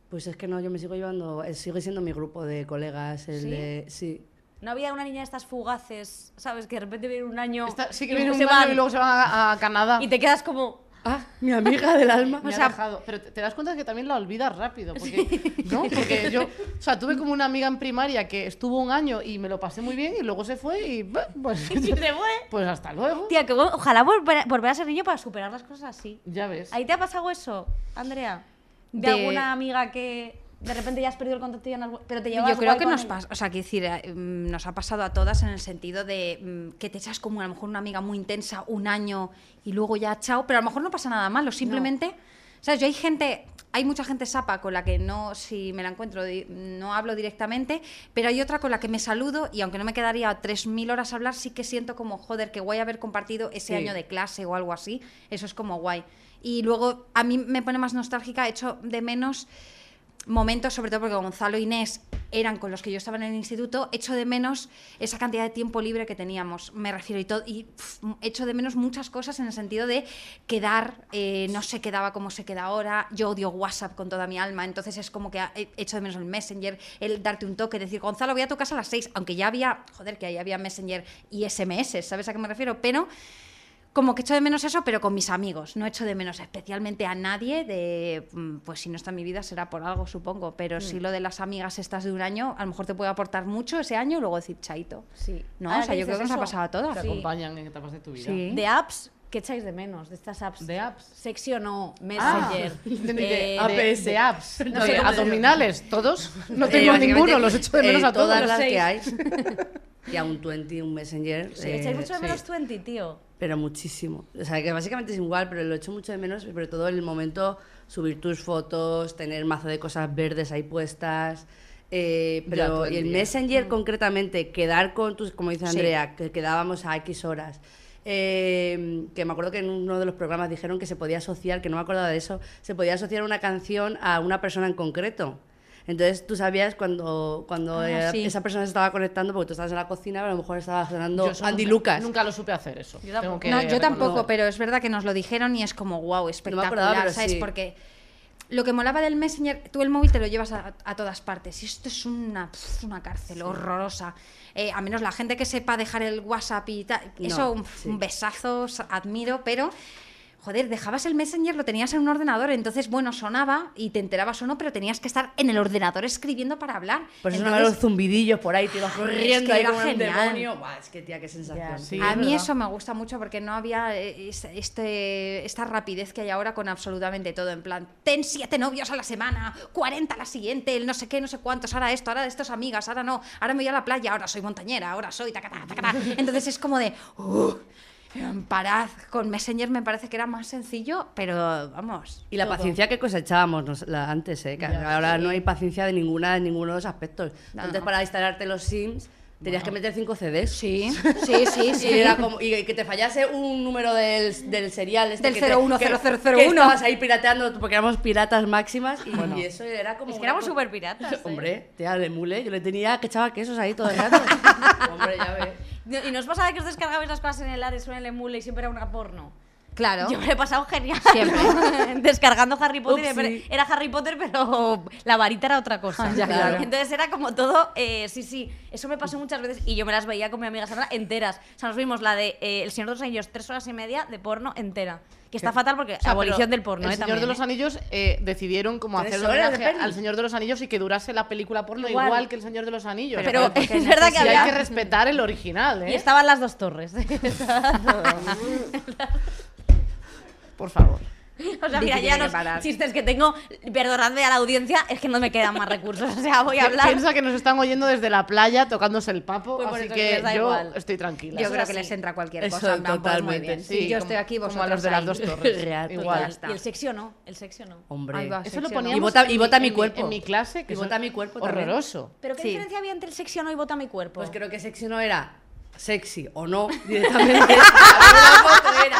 Pues es que no, yo me sigo llevando, eh, sigue siendo mi grupo de colegas, el ¿Sí? de... Sí. ¿No había una niña de estas fugaces, sabes, que de repente viene un año Esta- sí y que viene un se año van y luego se van a, a Canadá. y te quedas como... Ah, mi amiga del alma. Me O ha sea, dejado. Pero te, te das cuenta que también la olvidas rápido. Porque, ¿no? porque yo, o sea, tuve como una amiga en primaria que estuvo un año y me lo pasé muy bien y luego se fue y. bah, Pues, pues hasta luego. Tía, que bueno, ojalá volver, volver a ser niño para superar las cosas así. Ya ves. ¿Ahí te ha pasado eso, Andrea? ¿De, De- alguna amiga que de repente ya has perdido el contacto y ya no has vu- pero te llevas Yo creo guay que con nos ella? pasa, o sea, quiero decir, eh, mm, nos ha pasado a todas en el sentido de mm, que te echas como a lo mejor una amiga muy intensa un año y luego ya chao, pero a lo mejor no pasa nada malo, simplemente, ¿sabes? Yo hay gente, hay mucha gente sapa con la que no, si me la encuentro, di- no hablo directamente, pero hay otra con la que me saludo y aunque no me quedaría 3.000 horas a hablar, sí que siento como, joder, que guay haber compartido ese Sí. año de clase o algo así, eso es como guay. Y luego a mí me pone más nostálgica, hecho de menos momentos, sobre todo porque Gonzalo e Inés eran con los que yo estaba en el instituto, echo de menos esa cantidad de tiempo libre que teníamos, me refiero, y, todo, y pf, m- echo de menos muchas cosas en el sentido de quedar, eh, no se quedaba como se queda ahora, yo odio WhatsApp con toda mi alma, entonces es como que a- e- echo de menos el Messenger, el darte un toque, decir, Gonzalo, voy a tu casa a las 6, aunque ya había, joder, que ahí había Messenger y SMS, ¿sabes a qué me refiero? Pero como que echo de menos eso, pero con mis amigos. No echo de menos especialmente a nadie de, mm, pues si no está en mi vida será por algo, supongo. Pero si lo de las amigas estas de un año, a lo mejor te puede aportar mucho ese año y luego decir chaito. Sí. No, Ahora o sea, que yo creo que dices nos ha eso, pasado a todas. Te Sí. acompañan en etapas de tu vida. Sí. De apps, ¿qué echáis de menos? De estas apps. De apps. Sexy o Ah. no, Ah. Messenger. de, eh, de- de- APS. de apps. No pues, No sé, sé cómo se abdominales, todos. No Eh, tengo básicamente, ninguno, los echo de eh, menos a todos. Todas los las seis. que hay. Y a un 20, un Messenger. Sí, eh, echáis mucho de sí. menos 20, tío. Pero muchísimo. O sea, que básicamente es igual, pero lo echo mucho de menos, sobre todo en el momento subir tus fotos, tener mazo de cosas verdes ahí puestas. eh, Ya, todo pero el y el día. Mm. Messenger concretamente, quedar con tus, como dice Sí. Andrea, que quedábamos a X horas. Eh, que me acuerdo que en uno de los programas dijeron que se podía asociar, que no me acordaba de eso, se podía asociar una canción a una persona en concreto. Entonces tú sabías cuando, cuando Ah, eh, sí. esa persona se estaba conectando, porque tú estabas en la cocina, pero a lo mejor estaba sonando Yo eso Andy nunca- Lucas. Nunca lo supe hacer eso. Yo tampoco. Tengo que Ah, no, yo tampoco, reconocer. pero es verdad que nos lo dijeron y es como, wow, espectacular, acordaba, pero ¿sabes? sí. Porque lo que molaba del Messenger, tú el móvil te lo llevas a, a todas partes y esto es una, pf, una cárcel horrorosa. Eh, a menos la gente que sepa dejar el WhatsApp y tal, No, eso un, sí. un besazo, os admiro, pero... Joder, dejabas el Messenger, lo tenías en un ordenador, entonces, bueno, sonaba y te enterabas o no, pero tenías que estar en el ordenador escribiendo para hablar. Por eso Entonces, sonaban los zumbidillos por ahí, te ibas Ay, es corriendo que ahí era como un genial. demonio. Buah, es que tía, qué sensación. Ya, sí. a es mí verdad. eso me gusta mucho porque no había eh, es- este, esta rapidez que hay ahora con absolutamente todo. En plan, ten siete novios a la semana, 40 a la siguiente, el no sé qué, no sé cuántos, ahora esto, ahora estos amigas, ahora no, ahora me voy a la playa, ahora soy montañera, ahora soy tacatá, tacatá. Entonces es como de, uh, parad. Con Messenger me parece que era más sencillo, pero vamos. Y la paciencia que cosechábamos nos- la- antes, ¿eh? que ahora no hay paciencia de ninguna de ninguno de los aspectos. No, Antes no. para instalarte los Sims tenías que meter 5 CDs. Sí, sí, sí, sí. Y, era como, y que te fallase un número del, del serial. Este Del que te- 010001. Que, que estabas ahí pirateando porque éramos piratas máximas. Y, Bueno. y eso era como. Es que una éramos co- súper piratas. Hombre, tía, de mule. Yo le tenía que echaba quesos ahí todo el rato. Hombre, ya ves. ¿Y no os pasaba que os descargabais las cosas en el Ares o en el Emule y siempre era una porno? Claro. Yo me lo he pasado genial. Siempre. Descargando Harry Potter. Ups, pero sí. Era Harry Potter, pero la varita era otra cosa. Ah, ya, claro. Entonces era como todo. eh, sí, sí. Eso me pasó muchas veces y yo me las veía con mi amiga Sandra enteras. O sea, nos vimos la de eh, El Señor de los Anillos, tres horas y media de porno entera. Que está fatal porque. O sea, abolición pero del porno, El eh, Señor también, de los eh. Anillos eh, decidieron como Tres hacer un horas de homenaje peli. al Señor de los Anillos y que durase la película porno Igual. igual, que el Señor de los Anillos. Pero, Sí, es verdad que hay había. que respetar el original, ¿eh? Y estaban las dos torres. Por favor. O sea, mira, Dice que ya tiene que los parar. chistes que tengo, perdonadme a la audiencia, es que no me quedan más recursos. O sea, voy a Pi- hablar. Piensa que nos están oyendo desde la playa tocándose el papo, Pues por así eso que que les da yo igual. estoy tranquila. Yo Eso creo es que así. les entra cualquier Eso cosa. en plan, pues, muy totalmente, bien. sí, yo estoy aquí, como a vosotros los de las dos torres. Real, igual. total. Y el sexo no, el sexo no. Hombre. Ahí va. Eso lo Sección. poníamos Y vota- en y vota en mi cuerpo. En mi clase. Que Y son vota mi cuerpo también. Horroroso. ¿Pero qué Sí. diferencia había entre el sexy o no y bota mi cuerpo? Pues creo que sexy no era sexy o no directamente. La foto Ah. era,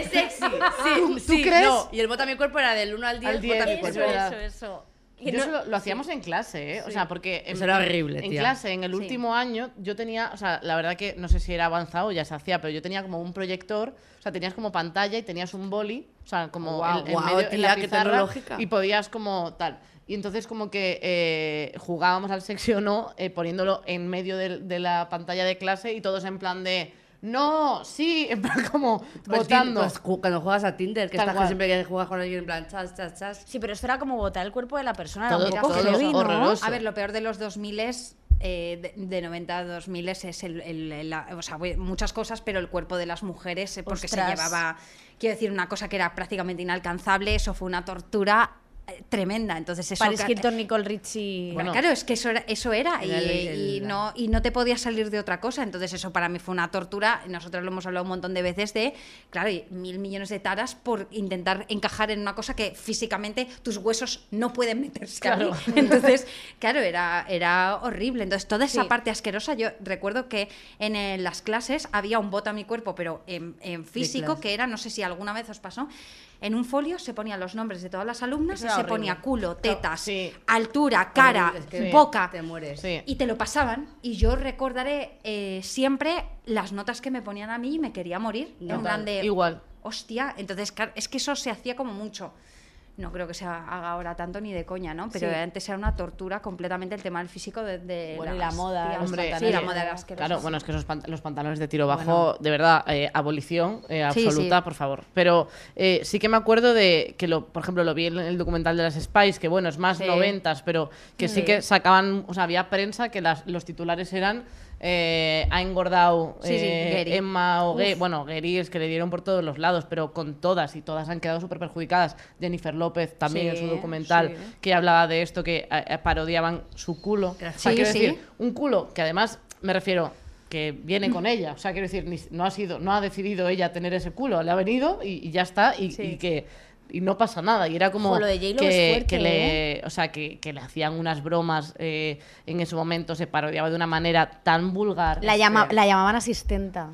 Es sexy. Sí, ¿Tú- tú sí, crees? no. Y el bota mi cuerpo era del 1 al 10. Al 10, bota mi eso, cuerpo. eso, era- eso, Que Yo no- eso lo, lo hacíamos en clase, ¿eh? O sea, porque... En, Eso era horrible, En tía. clase, en el último año, yo tenía... O sea, la verdad que no sé si era avanzado o ya se hacía, pero yo tenía como un proyector, o sea, tenías como pantalla y tenías un boli, o sea, como Oh, Guau, en- en, guau, medio, en tía, la qué pizarra tecnológica. y podías como tal. Y entonces como que eh, jugábamos al sexy o no eh, poniéndolo en medio del- de, la pantalla de clase y todos en plan de... No, sí, en plan como Pues votando. tin- pues ju- cuando juegas a Tinder, que Tal estás que cual. siempre que juegas con alguien en plan chas, chas, chas. Sí, pero esto era como botar el cuerpo de la persona. Era Todo- un poco todo heavy, ¿no? horroroso. A ver, lo peor de los 2000 es. eh, de, de 90 a 2000 es el, el- el- la- o sea, we- muchas cosas, pero el cuerpo de las mujeres, eh, porque Ostras. se llevaba, quiero decir, una cosa que era prácticamente inalcanzable, eso fue una tortura eh, tremenda. Entonces, eso Paris ca- Hilton, Nicole Richie... Bueno. Claro, es que eso era, eso era, y, Era el- y el- no, y no te podías salir de otra cosa. Entonces eso para mí fue una tortura. Nosotros lo hemos hablado un montón de veces de, claro, y mil millones de taras por intentar encajar en una cosa que físicamente tus huesos no pueden meterse ahí. Entonces, claro, era, era horrible. Entonces toda esa Sí. parte asquerosa, yo recuerdo que en eh, las clases había un bota a mi cuerpo, pero en, en físico, clase. que era, no sé si alguna vez os pasó, en un folio se ponían los nombres de todas las alumnas Eso y era se horrible. ponía culo, tetas, sí. altura, cara, Es que boca. Te mueres. Sí. Y te lo pasaban. Y yo recordaré eh, siempre las notas que me ponían a mí y me quería morir. Total, En plan de. igual. Hostia. Entonces, claro, es que eso se hacía como mucho. No creo que se haga ahora tanto ni de coña, ¿no? Pero Sí. antes era una tortura completamente el tema del físico de, de Bueno, y las la moda, tías. los Hombre, sí, la eh, moda era asquerosa. Claro, bueno, es que esos pant- los pantalones de tiro bajo, de verdad, eh, abolición eh, Sí, absoluta, sí. por favor. Pero eh, sí que me acuerdo de que, lo, por ejemplo, lo vi en el documental de las Spice, que bueno, es más Sí. noventas, pero que sí. que sacaban, o sea, había prensa que las, los titulares eran eh, ha engordado Sí, sí, eh, Gary. Emma o Gay, bueno, Gary es que le dieron por todos los lados, pero con todas y todas han quedado súper perjudicadas. Jennifer López también Sí, en su documental sí. que hablaba de esto, que eh, parodiaban su culo. Gracias. O sea, Sí, quiero sí. decir, un culo que además me refiero que viene con ella, o sea, quiero decir, ni- no ha sido, no ha decidido ella tener ese culo, le ha venido y, y ya está y, y que y no pasa nada y era como Jo, lo de J-Lo que, es fuerte, ¿eh? que le, o sea, que, que le hacían unas bromas eh, en ese momento, se parodiaba de una manera tan vulgar. La, llama- la llamaban asistenta.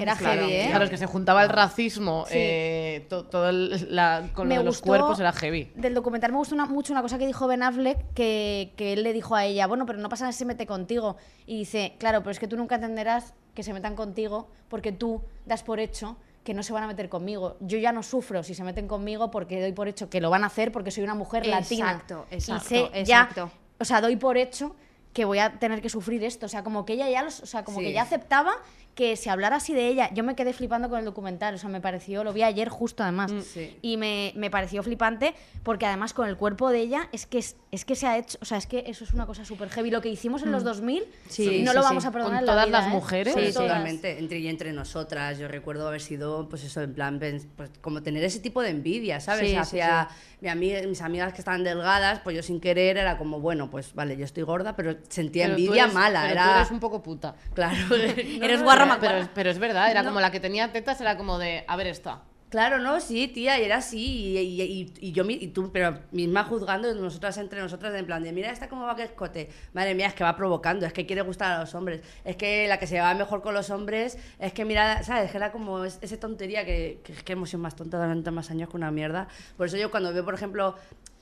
era heavy, ¿eh? Claro, es que se juntaba el racismo eh, to- todo el- la- con lo Me de los gustó- cuerpos era heavy. Del documental me gustó una- mucho una cosa que dijo Ben Affleck, que, que él le dijo a ella, bueno, pero no pasa nada si se mete contigo. Y dice, claro, pero es que tú nunca entenderás que se metan contigo porque tú das por hecho que no se van a meter conmigo. Yo ya no sufro si se meten conmigo porque doy por hecho que lo van a hacer porque soy una mujer latina. Exacto, exacto, Y sé exacto. Ya, o sea, doy por hecho que voy a tener que sufrir esto. O sea, como que ella ya los, o sea, como Sí. que ya aceptaba que se hablara así de ella. Yo me quedé flipando con el documental. O sea, me pareció, lo vi ayer justo además. sí. Y me, me pareció flipante porque además con el cuerpo de ella es que, es, es que se ha hecho, o sea, es que eso es una cosa súper heavy. Lo que hicimos en los 2000 Sí, no sí, lo sí. vamos a perdonar Con en la todas vida, las ¿eh? mujeres. Con Sí, Sí, todas. totalmente. Entre y entre nosotras. Yo recuerdo haber sido, pues eso, en plan, ven- pues como tener ese tipo de envidia, ¿sabes? Sí, sí, Hacia mi ami- mis amigas que estaban delgadas, pues yo sin querer era como, bueno, pues vale, yo estoy gorda, pero sentía Pero tú envidia eres- mala. pero Era... tú eres un poco puta. Claro. Eres guarra pero, macuarra. pero, pero es verdad, era como la que tenía tetas, era como de, a ver esta. Claro, no, sí, tía, y era así, y, y- y- y yo, mi- y tú, pero misma juzgando nosotras entre nosotras, en plan de, mira esta cómo va que escote, madre mía, es que va provocando, es que quiere gustar a los hombres, es que la que se va mejor con los hombres, es que mira, ¿sabes? Que era como es- esa tontería que, que es que hemos sido más tontas durante más años que una mierda. Por eso yo cuando veo, por ejemplo,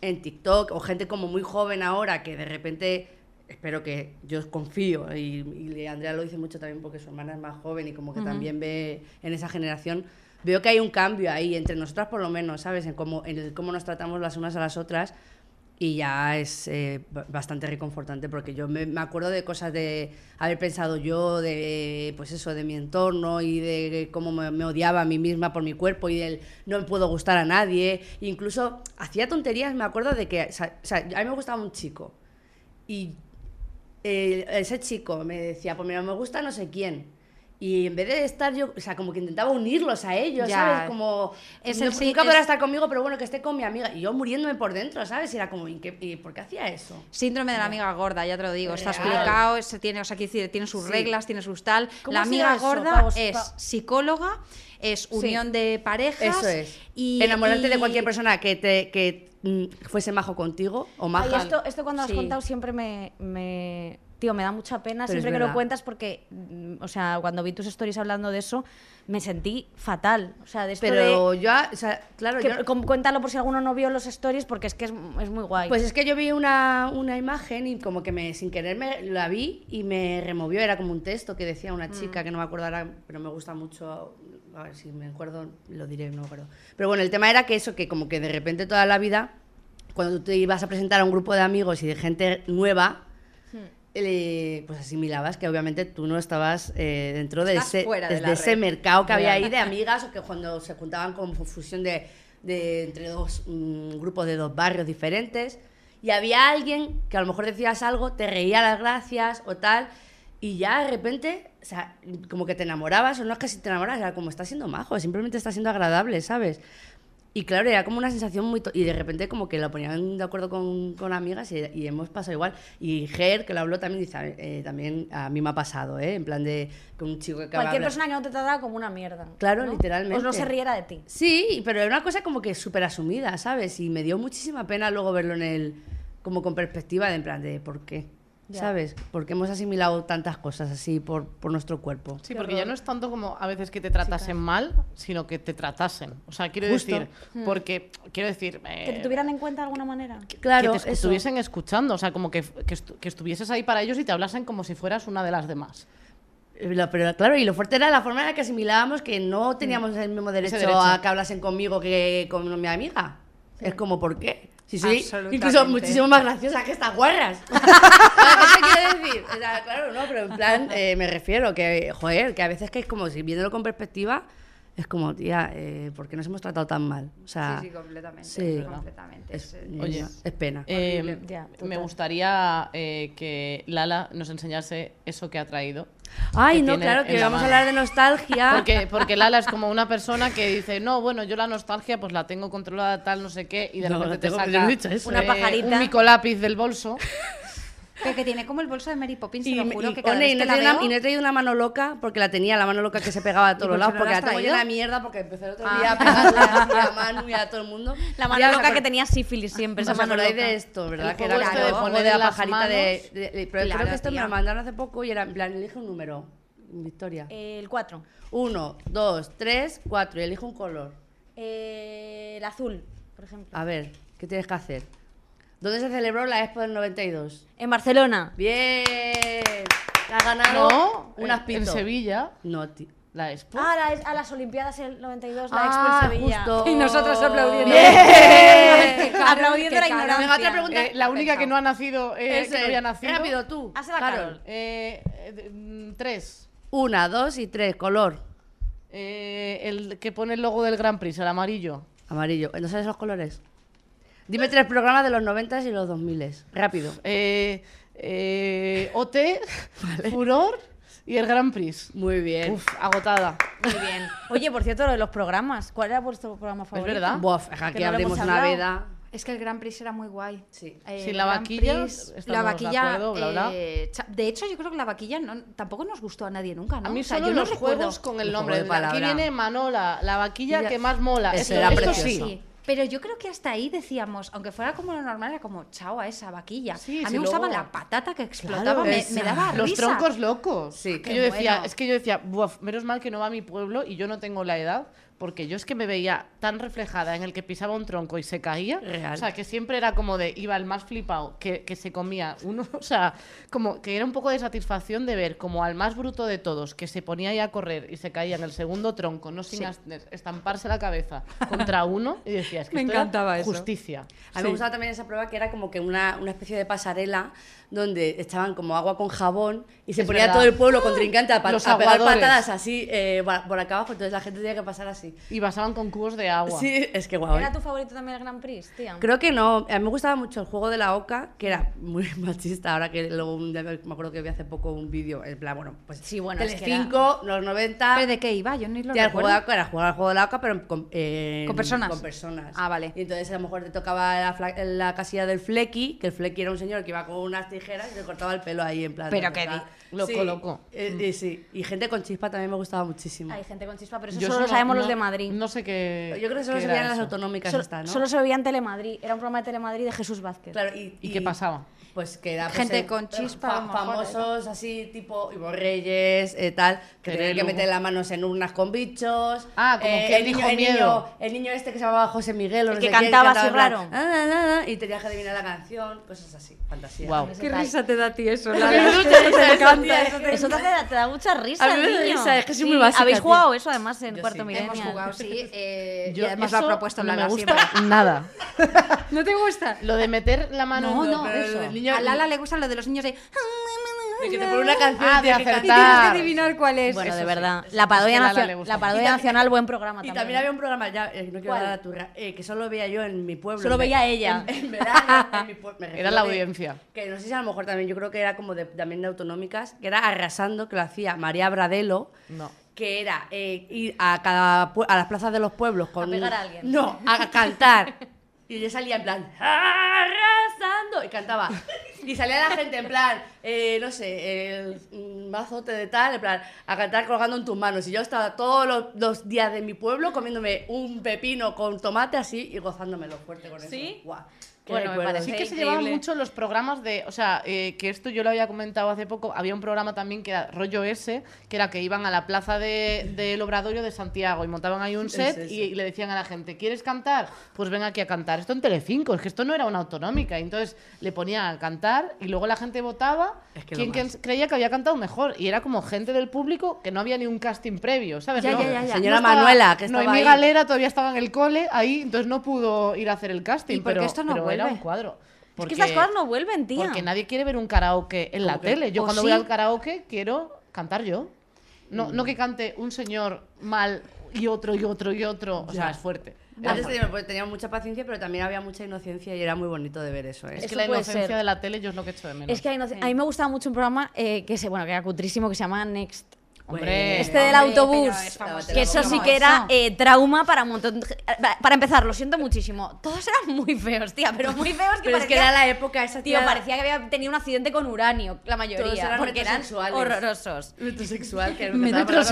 en TikTok, o gente como muy joven ahora, que de repente espero que yo confío y, y Andrea lo dice mucho también porque su hermana es más joven y como que también ve en esa generación veo que hay un cambio ahí, entre nosotras por lo menos, ¿sabes? En cómo, en el cómo nos tratamos las unas a las otras. Y ya es eh, ba- bastante reconfortante porque yo me, me acuerdo de cosas de haber pensado yo, de pues eso, de mi entorno y de cómo me, me odiaba a mí misma por mi cuerpo y del no me puedo gustar a nadie. Incluso hacía tonterías, me acuerdo de que, o sea, o sea, a mí me gustaba un chico y el- ese chico me decía, pues mira, me gusta no sé quién. Y en vez de estar yo, o sea, como que intentaba unirlos a ellos, Ya. ¿sabes? Como, Es no- el sí- nunca podrá es- estar conmigo, pero bueno, que esté con mi amiga. Y yo muriéndome por dentro, ¿sabes? Y era como, ¿y, qué- y por qué hacía eso? Síndrome de la amiga gorda, ya te lo digo, está Real. explicado, se tiene, o sea, quiero decir, tiene sus Sí. reglas, tiene sus tal. ¿Cómo La ha sido amiga eso, gorda Pavos? es Pa- psicóloga, es unión de parejas. Eso es. Y, Enamorarte de y- cualquier persona que, te, que mm, fuese majo contigo o Ay, maja. esto, esto cuando lo Sí. has contado siempre me, me- Tío, me da mucha pena Pero es siempre que verdad. lo cuentas porque, mm, o sea, cuando vi tus stories hablando de eso, me sentí fatal. O sea, de esto Pero de... yo, o sea, claro, que- yo- com- cuéntalo por si alguno no vio los stories porque es que es, es muy guay. Pues es que yo vi una, una imagen y como que me, sin querer me, la vi y me removió. Era como un texto que decía una Mm. chica que no me acuerdo ahora, pero me gusta mucho. A ver si me acuerdo, lo diré, no me acuerdo. Pero bueno, el tema era que eso, que como que de repente toda la vida, cuando tú te ibas a presentar a un grupo de amigos y de gente nueva, Hmm. le- pues asimilabas que obviamente tú no estabas eh, dentro de Estás ese, fuera de desde la ese red. mercado que había ahí de amigas o que cuando se juntaban con fusión de, de entre dos mm, grupos de dos barrios diferentes y había alguien que a lo mejor decías algo, te reía las gracias o tal y ya de repente, o sea, como que te enamorabas o no es que si te enamorabas, era como estás siendo majo, simplemente estás siendo agradable, ¿sabes? Y claro, era como una sensación muy... to- Y de repente como que la ponían de acuerdo con, con amigas y, y hemos pasado igual. Y Ger, que lo habló también, dice, "A ver, eh, también a mí me ha pasado, ¿eh? En plan de que un chico que acaba de Cualquier hablar- persona que no te trataba como una mierda. Claro, ¿no? literalmente. O no se riera de ti. Sí, pero era una cosa como que súper asumida, ¿sabes? Y me dio muchísima pena luego verlo en el... Como con perspectiva de en plan de ¿por qué? Ya. ¿Sabes? Porque hemos asimilado tantas cosas así por, por nuestro cuerpo. Sí, porque ya no es tanto como a veces que te tratasen mal, sino que te tratasen. O sea, quiero Justo. decir, porque, quiero decir... Que te eh, tuvieran en cuenta de alguna manera. Claro, que te escu- eso. estuviesen escuchando, o sea, como que, que estu- que estuvieses ahí para ellos y te hablasen como si fueras una de las demás. Eh, lo- Pero claro, y lo fuerte era la forma en la que asimilábamos que Mm. no teníamos el mismo derecho, derecho. a que hablasen conmigo que con mi amiga. Es como, ¿por qué? Sí, sí, Absolutamente. incluso muchísimo más graciosa que estas guarras. ¿Qué te quiero decir? O sea, claro, no, pero en plan, eh, me refiero que, joder, que a veces que es como, si viéndolo con perspectiva, es como, tía, eh, ¿por qué nos hemos tratado tan mal? O sea, Sí, sí, completamente. sí. completamente. es, Es- Oye. es pena. Eh, ya, me total. gustaría eh, que Lala nos enseñase eso que ha traído. Ay, que no, tiene claro, en que la vamos a mano. hablar de nostalgia. Porque, porque Lala es como una persona que dice, no, bueno, yo la nostalgia pues la tengo controlada tal, no sé qué, y de No, la repente te tengo- saca yo no he dicho eso. eh. Una pajarita. un micolápiz del bolso. Pero que tiene como el bolso de Mary Poppins, te lo me- juro, que cada One, vez y no que he la traído veo- una- y no he traído una mano loca porque la tenía, la mano loca que se pegaba a todos los por lados. qué no Porque la la has tengo llena traído? de mierda porque empecé el otro Ah. día a pegarle así a Manu y a todo el mundo. La mano Ya os loca que acor- tenía sífilis siempre. ¿Os Esa mano acordáis loca. de esto, verdad? El que juego era este como de el juego poner de la las pajarita de, manos. de- de- Pero Claro, creo que esto me tía. lo mandaron hace poco y era en plan, elige un número, Victoria. Eh. El 4. Uno, dos, tres, cuatro y elijo un color. el azul, por ejemplo. A ver, ¿qué tienes que hacer? ¿Dónde se celebró la Expo del 92? En Barcelona. ¡Bien! Ha ganado No, un Eh, en- aspito. En Sevilla, No, tío. la expo. Ah, la- a las Olimpiadas del 92, la Ah, Expo en Sevilla. justo. Y nosotros aplaudiendo. ¡Bien! Qué cara, Aplaudiendo qué la cara. ignorancia. Venga, otra pregunta. Eh, la única que no ha nacido, eh, que Eso no es. había nacido. Rápido, tú. Hazla, Carol. Eh, eh, de- mm, tres. Una, dos y tres. Color. Eh, el que pone el logo del Grand Prix, el amarillo. Amarillo. ¿No sabes los colores? Dime tres programas de los 90 y los 2000. Rápido. Eh, eh, OT, Furor y el Grand Prix. Muy bien. Uf, agotada. Muy bien. Oye, por cierto, lo de los programas. ¿Cuál era vuestro programa favorito? verdad. Bof, aquí Que no lo abrimos hemos una hablado. veda. Es que el Grand Prix era muy guay. Eh, Sí. pues, Sin la el Grand vaquilla, Prix, estamos la de vaquilla. acuerdo, bla, bla. eh, cha- de hecho, yo creo que la vaquilla no- tampoco nos gustó a nadie nunca, ¿no? A mí O sea, solo yo no los recuerdo- juegos con el El nombre. juego de Aquí palabra. viene Manola, la vaquilla Ya. que más mola. Ese Esto, era esto precioso. sí. Sí, pero yo creo que hasta ahí decíamos, aunque fuera como lo normal, era como chao a esa vaquilla. Sí, a mí sí, me gustaba luego- la patata que explotaba, Claro, me, esa. me daba Los risa. Ah, troncos locos. Sí. que Qué yo decía, bueno. es que yo decía, "Buaf, menos mal que no va a mi pueblo y yo no tengo la edad porque yo es que me veía tan reflejada en el que pisaba un tronco y se caía. Real. O sea, que siempre era como de, iba el más flipado, que, que se comía uno, o sea, como que era un poco de satisfacción de ver como al más bruto de todos, que se ponía ahí a correr y se caía en el segundo tronco, no sin as- estamparse la cabeza contra uno, y decía, es que Me esto era encantaba eso. justicia. A mí me gustaba también esa prueba que era como que una, una especie de pasarela donde echaban como agua con jabón y se Es ponía verdad. todo el pueblo contrincante a, pa- Los a pegar aguadores. patadas así eh, por- por acá abajo, entonces la gente tenía que pasar así. Y basaban con cubos de agua. Sí, es que guau. ¿eh? ¿Era tu favorito también el Grand Prix, tía? Creo que no. A mí me gustaba mucho el juego de la oca, que era muy machista. Ahora que luego un día me me acuerdo que vi hace poco un vídeo, en plan, bueno, pues Sí, bueno, es que Telecinco, los 90. ¿Pero de qué iba? Yo ni lo Tía, el juego de recuerdo. la oca era jugar al juego de la oca, pero con, eh, ¿Con personas? Con personas. Ah, vale. Y entonces a lo mejor te tocaba la, fla- la casilla del flequi, que el flequi era un señor que iba con unas tijeras y le cortaba el pelo ahí en plan. Pero ta, ta, qué ta. di- Loco, loco. Eh, y sí. Y gente con chispa también me gustaba muchísimo. Hay gente con chispa, pero eso Yo solo lo no- sabemos los no- de Madrid. No sé qué. Yo creo que solo qué se era veían las eso. autónomicas Solo, esta, ¿no? solo se veía en Telemadrid, era un programa de Telemadrid de Jesús Vázquez. Claro, y, ¿Y qué pasaba? Pues que era pues, Gente eh, con chispa, a lo mejor, famosos así, tipo Ivo Reyes, eh, tal, que tenían que Terelu. meter las manos en urnas con bichos. Ah, como eh, que el dijo niño, el miedo. niño- el niño este que se llamaba José Miguel, o El no que sé quién, cantaba así en plan, raro. "Ah, ah, ah", y tenías que adivinar la canción, cosas así, fantasía. Guau. ¿Qué risa te da a ti eso? A mí Lara? me gusta esa, esa tía, encanta. eso te- Eso te, da- te da mucha risa, A mí me da niño. risa, es que soy muy básica, Habéis tío. jugado eso además en Yo Cuarto sí. Milenio. Hemos jugado, sí. eh, y Yo además lo ha eso propuesto no Lara me gusta siempre. nada. ¿No te gusta? Lo de meter la mano No, en no, pero eso. el niño- A Lala le gusta lo de los niños de... De que te pone una canción Ah, y tienes de que Y acertar. cantar. tienes que adivinar cuál es. Bueno, Eso de sí. verdad. Eso la sí. Es parodia, que a Lala nacio- le gusta. la parodia nacional, buen programa Ah, Y también. también había un programa, ya, eh, no quiero ¿Cuál? dar a turra, eh, que solo veía yo en mi pueblo. Solo En ve- veía ella. En, en verano, en mi pueblo. me refiero la de- audiencia. que no sé si a lo mejor también, yo creo que era como de, también de autonómicas, que era arrasando, que lo hacía María Bradelo. No. Que era eh, ir a, cada, pue- a las plazas de los pueblos con. A pegar a alguien. No, a cantar. Y yo salía en plan, "¡Ah, arrasando. Y cantaba. Y salía la gente en plan, eh, no sé, el mm, mazote de tal, en plan, a cantar colgando en tus manos. Y yo estaba todos los, los días de mi pueblo comiéndome un pepino con tomate así y gozándomelo fuerte con eso. ¿Sí? Guau, qué Bueno, me recuerdos. parece Sí que se increíble. llevaban mucho los programas de, o sea, eh, que esto yo lo había comentado hace poco, había un programa también que era rollo ese, que era que iban a la plaza de- del Obradorio de Santiago y montaban ahí un set ese. y, y le decían a la gente, ¿quieres cantar? Pues ven aquí a cantar. Esto en Telecinco, es que esto no era una autonómica. Y entonces le ponían a cantar y luego la gente votaba Es que lo quién más. cre- creía que había cantado mejor. Y era como gente del público que no había ni un casting previo, ¿sabes? Ya, No- ya, ya, ya. Señora Manuela, que estaba Noemí ahí. Galera todavía estaba en el cole ahí, entonces no pudo ir a hacer el casting. ¿Y por qué pero, esto no pero era vuelve? un cuadro. Es que estas cosas no vuelven, tía. Porque nadie quiere ver un karaoke en la Aunque- tele. Yo ¿O cuando sí? voy al karaoke quiero cantar yo. No, Mm. no que cante un señor mal y otro y otro y otro. O sea, es fuerte. Era Antes fuerte. tenía, pues, tenía mucha paciencia, pero también había mucha inocencia y era muy bonito de ver eso. ¿eh? Es que Eso la puede inocencia ser. de la tele yo es lo que echo de menos. Es que hay no- a mí me gustaba mucho un programa eh, que, se, bueno, que era cutrísimo, que se llama Next. Hombre, Este del Hombre, autobús. pero es famosísimo. Que eso sí Como que era eso. eh, trauma para un montón. de- Para empezar, lo siento muchísimo. Todos eran muy feos, tía, pero muy feos que Pero es que parecía- era la época esa Tío, tía- parecía que había tenido un accidente con uranio, la mayoría. Todos eran porque eran metrosexuales. horrorosos. Metrosexual, que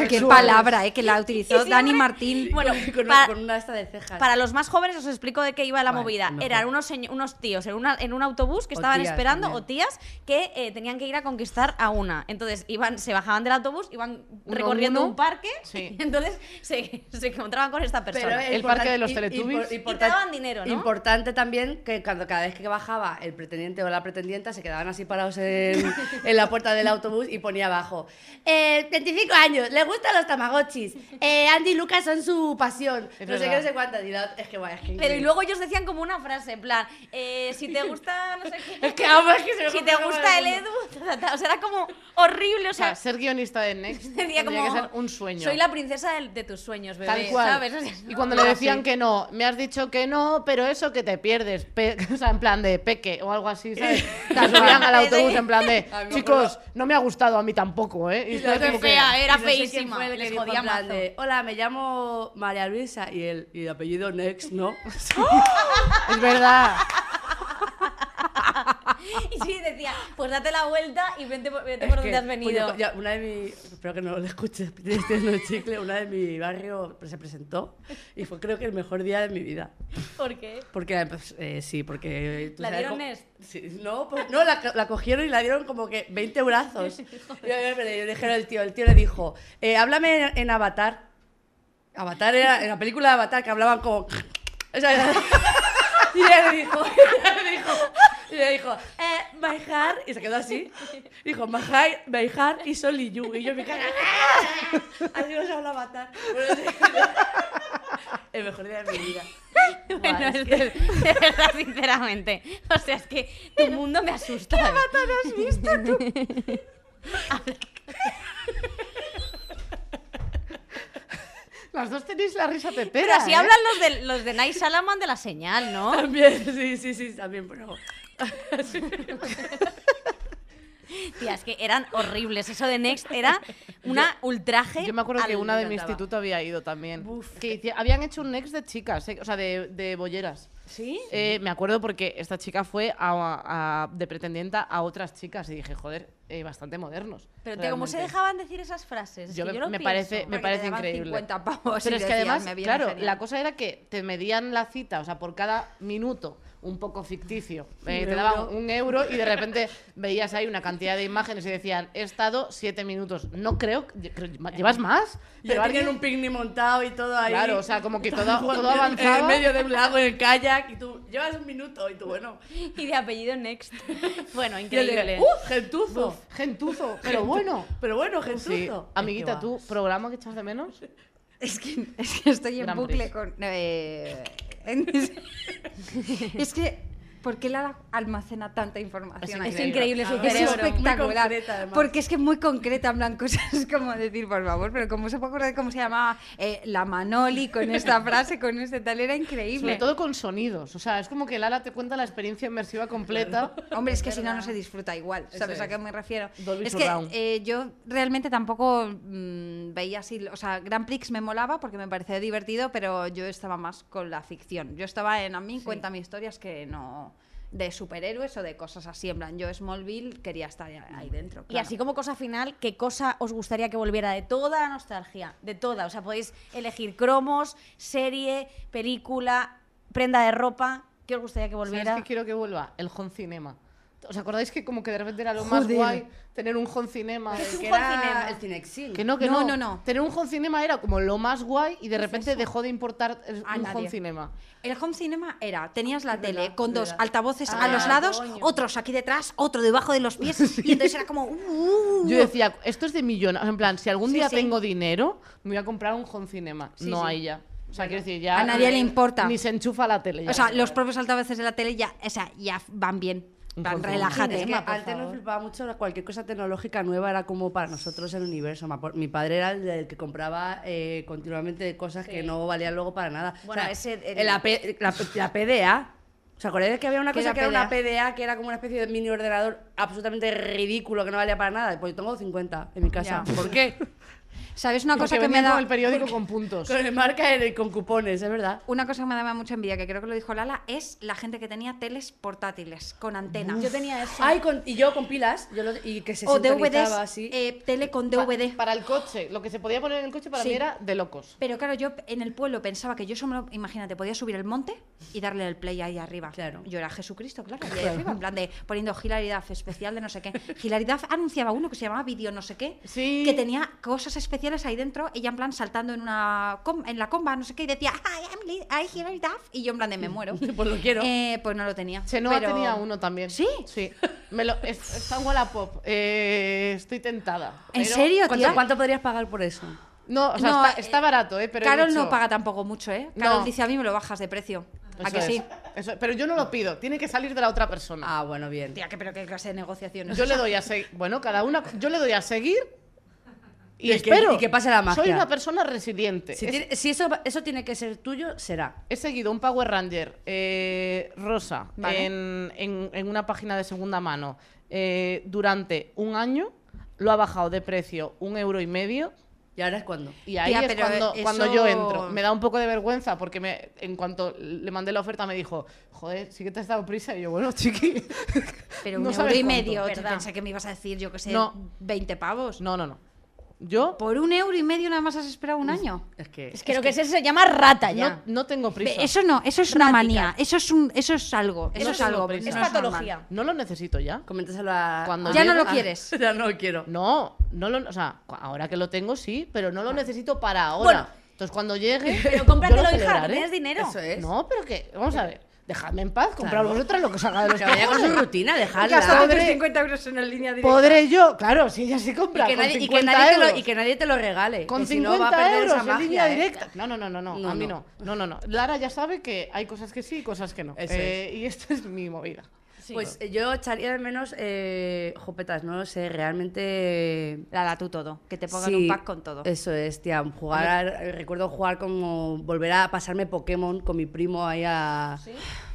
Qué palabra, eh, que la Y utilizó siempre- Dani Martín. Bueno, con, para, con una esta de cejas. para los más jóvenes os explico de qué iba la Vale, movida. mejor. Eran unos, señ- unos tíos en, una- en un autobús que O estaban tías esperando, también. o tías, que eh, tenían que ir a conquistar a una. Entonces iban, se bajaban del autobús, iban Uno, recorriendo uno. un parque, Sí. y entonces se, se encontraban con esta persona. es el parque de los importan- Teletubbies. impor- Y te importan- daban dinero, ¿no? Importante también que cuando cada vez que bajaba el pretendiente o la pretendienta se quedaban así parados en, en la puerta del autobús y ponía abajo. Eh, 25 años, le gustan los tamagotchis. Eh, Andy y Lucas son su pasión. Es no sé qué, verdad. no sé cuántas. Y la- es que guay, es que Pero y increíble. luego ellos decían como una frase, en plan, eh, si te gusta, no sé qué. Es que, vamos, es que se me si ocurre te lo gusta más el del mundo. Edu, ta, ta, ta. o sea, era como horrible, o O sea, sea, ser guionista de Next tenía tendría como que ser un sueño. Soy la princesa del- de, tus sueños, bebé, Tal cual. ¿sabes? O sea, y cuando le decían que no, me has dicho que no, pero eso que te pierdes. pe- o sea, en plan de peque o algo así, ¿sabes? Te subían al autobús en plan de, A mí me chicos, no me ha gustado a mí tampoco, ¿eh? Y la estás como que- fea, era Y no sé quién feísima, fue el que les dijo en jodía plan mazo. de, Hola, me llamo María Luisa y el, y el apellido Next, ¿no? Es verdad. Y sí, decía, pues date la vuelta y vente, por- vete por donde que, pues, has venido. coño, ya, una de mi, espero que no lo escuches, tienes tienes un chicle, una de mi barrio se presentó y fue creo que el mejor día de mi vida. ¿Por qué? Porque, pues, eh, sí, porque... tú ¿La sabes dieron cómo- Nest? Sí, no, pues, no la, la cogieron y la dieron como que 20 brazos. y yo- yo- yo le dijeron al tío, el tío le dijo, eh, háblame en, en avatar. Avatar era, en la película de Avatar que hablaban como... O sea, era- y le dijo, y le dijo, y le dijo, eh, my heart, y se quedó así. Dijo, my heart, my heart is only you. Y yo me cara, ¡ah! así no se habla Avatar. Bueno, el mejor día de mi vida. Bueno, es que, de verdad, sinceramente. O sea, es que tu mundo me asusta. ¿Qué avatar has visto tú? Las dos tenéis la risa tetera. Pero así ¿eh? hablan los de, los de Night Salaman de la señal, ¿no? También, sí, sí, sí, también, pero... Tía, es que eran horribles. Eso de Next era una ultraje. Yo me acuerdo que al- una de mi encantaba. instituto había ido también. Que hici- habían hecho un ex de chicas, eh, o sea, de, de bolleras. ¿Sí? Eh, me acuerdo porque esta chica fue a- a- de pretendienta a otras chicas y dije, joder, eh, bastante modernos. Pero tío, ¿cómo se realmente. dejaban decir esas frases? Es Yo que me- lo me pienso. parece- me Porque te parece daban increíble. 50 pavos y Pero es que decías, además, "Me viene claro, genial". la cosa era que te medían la cita, o sea, por cada minuto, un poco ficticio. Eh, Un te daban euro. un euro y de repente veías ahí una cantidad de imágenes y decían, he estado siete minutos. No creo, yo creo- ¿llevas más? Y ahí alguien- tenían un picnic montado y todo ahí. Claro, o sea, como que todo, Jugando todo en- avanzaba. En medio de un lago en el kayak y tú llevas un minuto y tú, bueno. Y de apellido Next. Bueno, y él increíble. dice, ¡Uh, gentuzo! Gentuzo, pero bueno. Pero bueno, gentuzo. Sí. Amiguita, Es que ¿tú va. programa que echas de menos? Es que, es que estoy en Gran bucle Prix. con. eh, en- es que, ¿por qué la almacena tanta información? ahí es dentro? increíble su Es cerebro. Ah, Muy espectacular. concreta, además. porque es que muy concreta, en plan, cosas como decir, por favor, pero ¿cómo se puede acordar cómo se llamaba eh, la Manoli con esta frase, con este tal? Era Sobre increíble. todo con sonidos. O sea, es como que Lala te cuenta la experiencia inmersiva completa. Hombre, es que si no, no se disfruta igual. ¿Sabes a qué me refiero? Dolby es que Surround. eh, yo realmente tampoco mm, veía así. O sea, Grand Prix me molaba porque me parecía divertido, pero yo estaba más con la ficción. Yo estaba en A mí, cuéntame historias que no. de superhéroes o de cosas así. En plan, yo Smallville quería estar ahí dentro. Y claro. así como cosa final, ¿qué cosa os gustaría que volviera de toda la nostalgia? De toda. O sea, podéis elegir cromos, serie, película, prenda de ropa. ¿Qué os gustaría que volviera? ¿Sabes qué quiero que vuelva? El home cinema. ¿Os acordáis que como que de repente era lo más guay tener un home cinema? El que Juan era Cinema. el Cinexil. Que no, que no. No, no, no. Tener un home cinema era como lo más guay y de repente dejó de importar eh, A un home nadie. cinema. El home cinema era, tenías la tele verdad, con es dos verdad. altavoces Ah, a los lados, coño. otros aquí detrás, otro debajo de los pies, y entonces era como... "Uh". Yo decía, esto es de millonarios. En plan, si algún Sí, día sí. tengo dinero, me voy a comprar un home cinema. no hay ya. O sea, quiero decir, ya. A nadie le importa. Ni se enchufa la tele. ya. O sea, los propios altavoces de la tele ya, o sea, ya van bien. Un Van, concepto. relájate. Es que antes nos flipaba mucho la- cualquier cosa tecnológica nueva, era como para nosotros el universo. Me acuer- Mi padre era el, del que compraba eh, continuamente cosas que no valían luego para nada. Bueno, O sea, ese- el- el AP la, la PDA. ¿Os acordáis que había una ¿Qué cosa era que era una PDA? PDA, que era como una especie de mini ordenador absolutamente ridículo, que no valía para nada? Pues yo tengo 50 en mi casa. Ya. ¿Por qué? ¿Sabes una Porque cosa que me venía da con el periódico con puntos. Con el marca y con cupones, es verdad. una cosa que me daba mucha envidia, que creo que lo dijo Lala, es la gente que tenía teles portátiles con antena. Yo tenía eso. Ay, con- y yo con pilas, yo lo- y que se o DVDs, sintonizaba así. eh, tele con Pa- DVD. para el coche. Lo que se podía poner en el coche para Sí. mí era de locos. Pero claro, yo en el pueblo pensaba que yo solo, imagínate, podía subir el monte y darle el play ahí arriba. Claro. Yo era Jesucristo, claro, ahí arriba, en plan de poniendo hilaridad especial de no sé qué. Hilaridad anunciaba uno que se llamaba Video no sé qué, Sí. que tenía cosas especiales ahí dentro, ella en plan saltando en una com- en la comba, no sé qué, y decía, "Hi, I'm Li- I Hilary Duff", y yo en plan de me muero. Pues lo quiero. Eh, pues no lo tenía. Chenoa pero- tenía uno también. ¿Sí? Sí. Me lo, es- está en Wallapop. Eh, estoy tentada. ¿En Pero- serio, ¿Cuánto, tía? cuánto podrías pagar por eso? No, o sea, No, está, eh, está barato, ¿eh? Pero he Carol dicho- no paga tampoco mucho, ¿eh? No. Carol dice, a mí me lo bajas de precio. ¿A Eso que es, sí? eso es. pero yo no lo pido. Tiene que salir de la otra persona. Ah, bueno, bien. Tía, que pero qué clase de negociaciones. Yo le doy a seguir. Bueno, cada una. Yo le doy a seguir. Y, Y que- espero. y que pase la magia. Soy una persona resiliente. Si, He- tiene- si eso, eso tiene que ser tuyo, será. He seguido un Power Ranger eh, rosa Vale. en, en- en una página de segunda mano eh, durante un año. Lo ha bajado de precio un euro y medio. ¿Y ahora es cuando? Y ahí Tía, es pero cuando, eso- cuando yo entro. Me da un poco de vergüenza porque me, en cuanto le mandé la oferta me dijo, joder, sí que te has dado prisa. Y yo, bueno, chiqui. Pero no un euro sabes y cuánto, medio, te ¿verdad? pensé que me ibas a decir, yo que sé, No. 20 pavos. No, no, no. Yo Por un euro y medio nada más has esperado un año. Es que. Es que lo que es eso se llama rata ya. no, no tengo prisa. Eso no, eso es una manía, eso es, un, eso es algo, eso No es tengo algo. prisa. no Es normal. patología. No lo necesito ya. Coméntaselo a. Cuando Ah, Ya no llego- lo quieres. ya no lo quiero. No, no lo, o sea, cu- ahora que lo tengo sí, pero no lo necesito para ahora. Bueno, Entonces, cuando llegue. Pero yo cómpratelo, lo hija, que celebraré. tienes dinero. Eso es. No, pero que. Vamos a ver. Dejadme en paz, comprar Claro. vosotras lo que os haga de los Que vaya con su cojones. rutina, Claro, dejadla. hombre. 50 euros en la línea directa. Podré yo, claro, si ella sí Y compra. que, con nadie, y, que 50 nadie te lo, euros. y que nadie te lo regale. Con que 50 si no va a perder euros esa en magia, línea ¿eh? directa. No, no, no, no, no, No, a mí no. no. No, no, no. Lara ya sabe que hay cosas que sí y cosas que no. Eso Eh, Y esta es mi movida. Pues eh, yo echaría de menos eh, jopetas, no lo sé, realmente... La da tú todo, que te pongan Sí, un pack con todo. Eso es, tía. Jugar, eh, recuerdo jugar como volver a pasarme Pokémon con mi primo ahí a.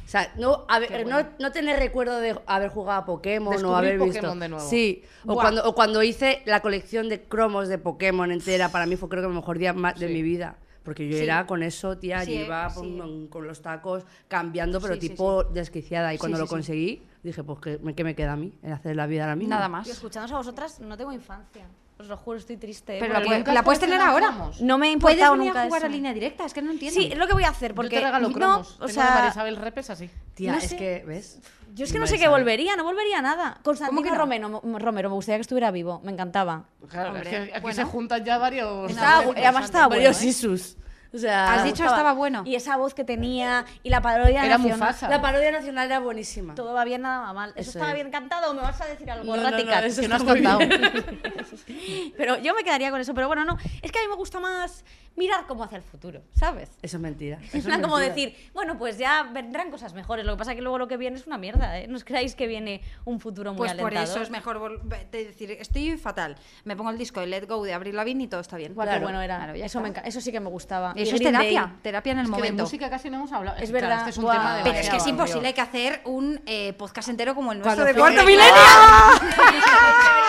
O sea, no, a ver, no, no tener recuerdo de haber jugado a Pokémon Descubrir o haber visto. Pokémon de nuevo. Sí, o Buah. cuando, o cuando hice la colección de cromos de Pokémon entera, para mí fue creo que el mejor día más de Sí. mi vida. Porque yo Sí. era con eso, tía, Sí, yo eh, iba sí. con, con los tacos cambiando, pero Sí, sí, tipo desquiciada. Y cuando sí, lo sí. conseguí, dije, pues, ¿qué, me- qué me queda a mí? En hacer la vida ahora mismo. Nada Yo más. escuchándoos a vosotras no tengo infancia. Os lo juro, estoy triste. ¿eh? Porque Pero la, puedes- nunca la puedes estás tener en ahora. Amos. no me ha Puedes importado venir nunca a jugar eso. a línea directa, es que no entiendo. Sí, es lo que voy a hacer porque Yo te regalo cromos. no, o Tengo de sea, Marisabel Repes así. Tía, No es sé. que, ¿ves? yo es que no Vale, sé qué sabe. volvería, no volvería a nada. Constantino que no? Romero, Romero, me gustaría que estuviera vivo, me encantaba. Claro, Hombre, es que aquí bueno. se juntan ya varios. Estaba, nombres gu- además estaba bueno. Varios ¿eh? Isus. O sea, Has dicho Estaba- estaba bueno. Y esa voz que tenía y la parodia Era nacional. Mufasa. La parodia nacional era buenísima. Todo va bien, nada va mal. ¿Eso, Eso estaba es. bien cantado o me vas a decir algo? No, no, no, Ratica, eso que está no has muy contado. bien. pero yo me quedaría con eso. Pero bueno, no. Es que a mí me gusta más mirar cómo hacia el futuro, ¿sabes? Eso es mentira. Eso Es es como mentira. decir, bueno, pues ya vendrán cosas mejores. Lo que pasa es que luego lo que viene es una mierda, ¿eh? No os creáis que viene un futuro muy Pues por alentador. eso es mejor vol- ve- de decir, estoy fatal. Me pongo el disco de Let Go de Avril Lavigne y todo está bien. Guau, qué Claro. bueno era. Claro, ya eso, está. me enca- eso sí que me gustaba. Y Eso es Green Day. terapia, terapia en el Es que de momento. música casi no hemos hablado. Es claro, verdad. Este es un Buah. tema de Pero es que es demasiado amplio. imposible, hay que hacer un eh, podcast entero como el Cuando nuestro de Flor cuarto de milenio.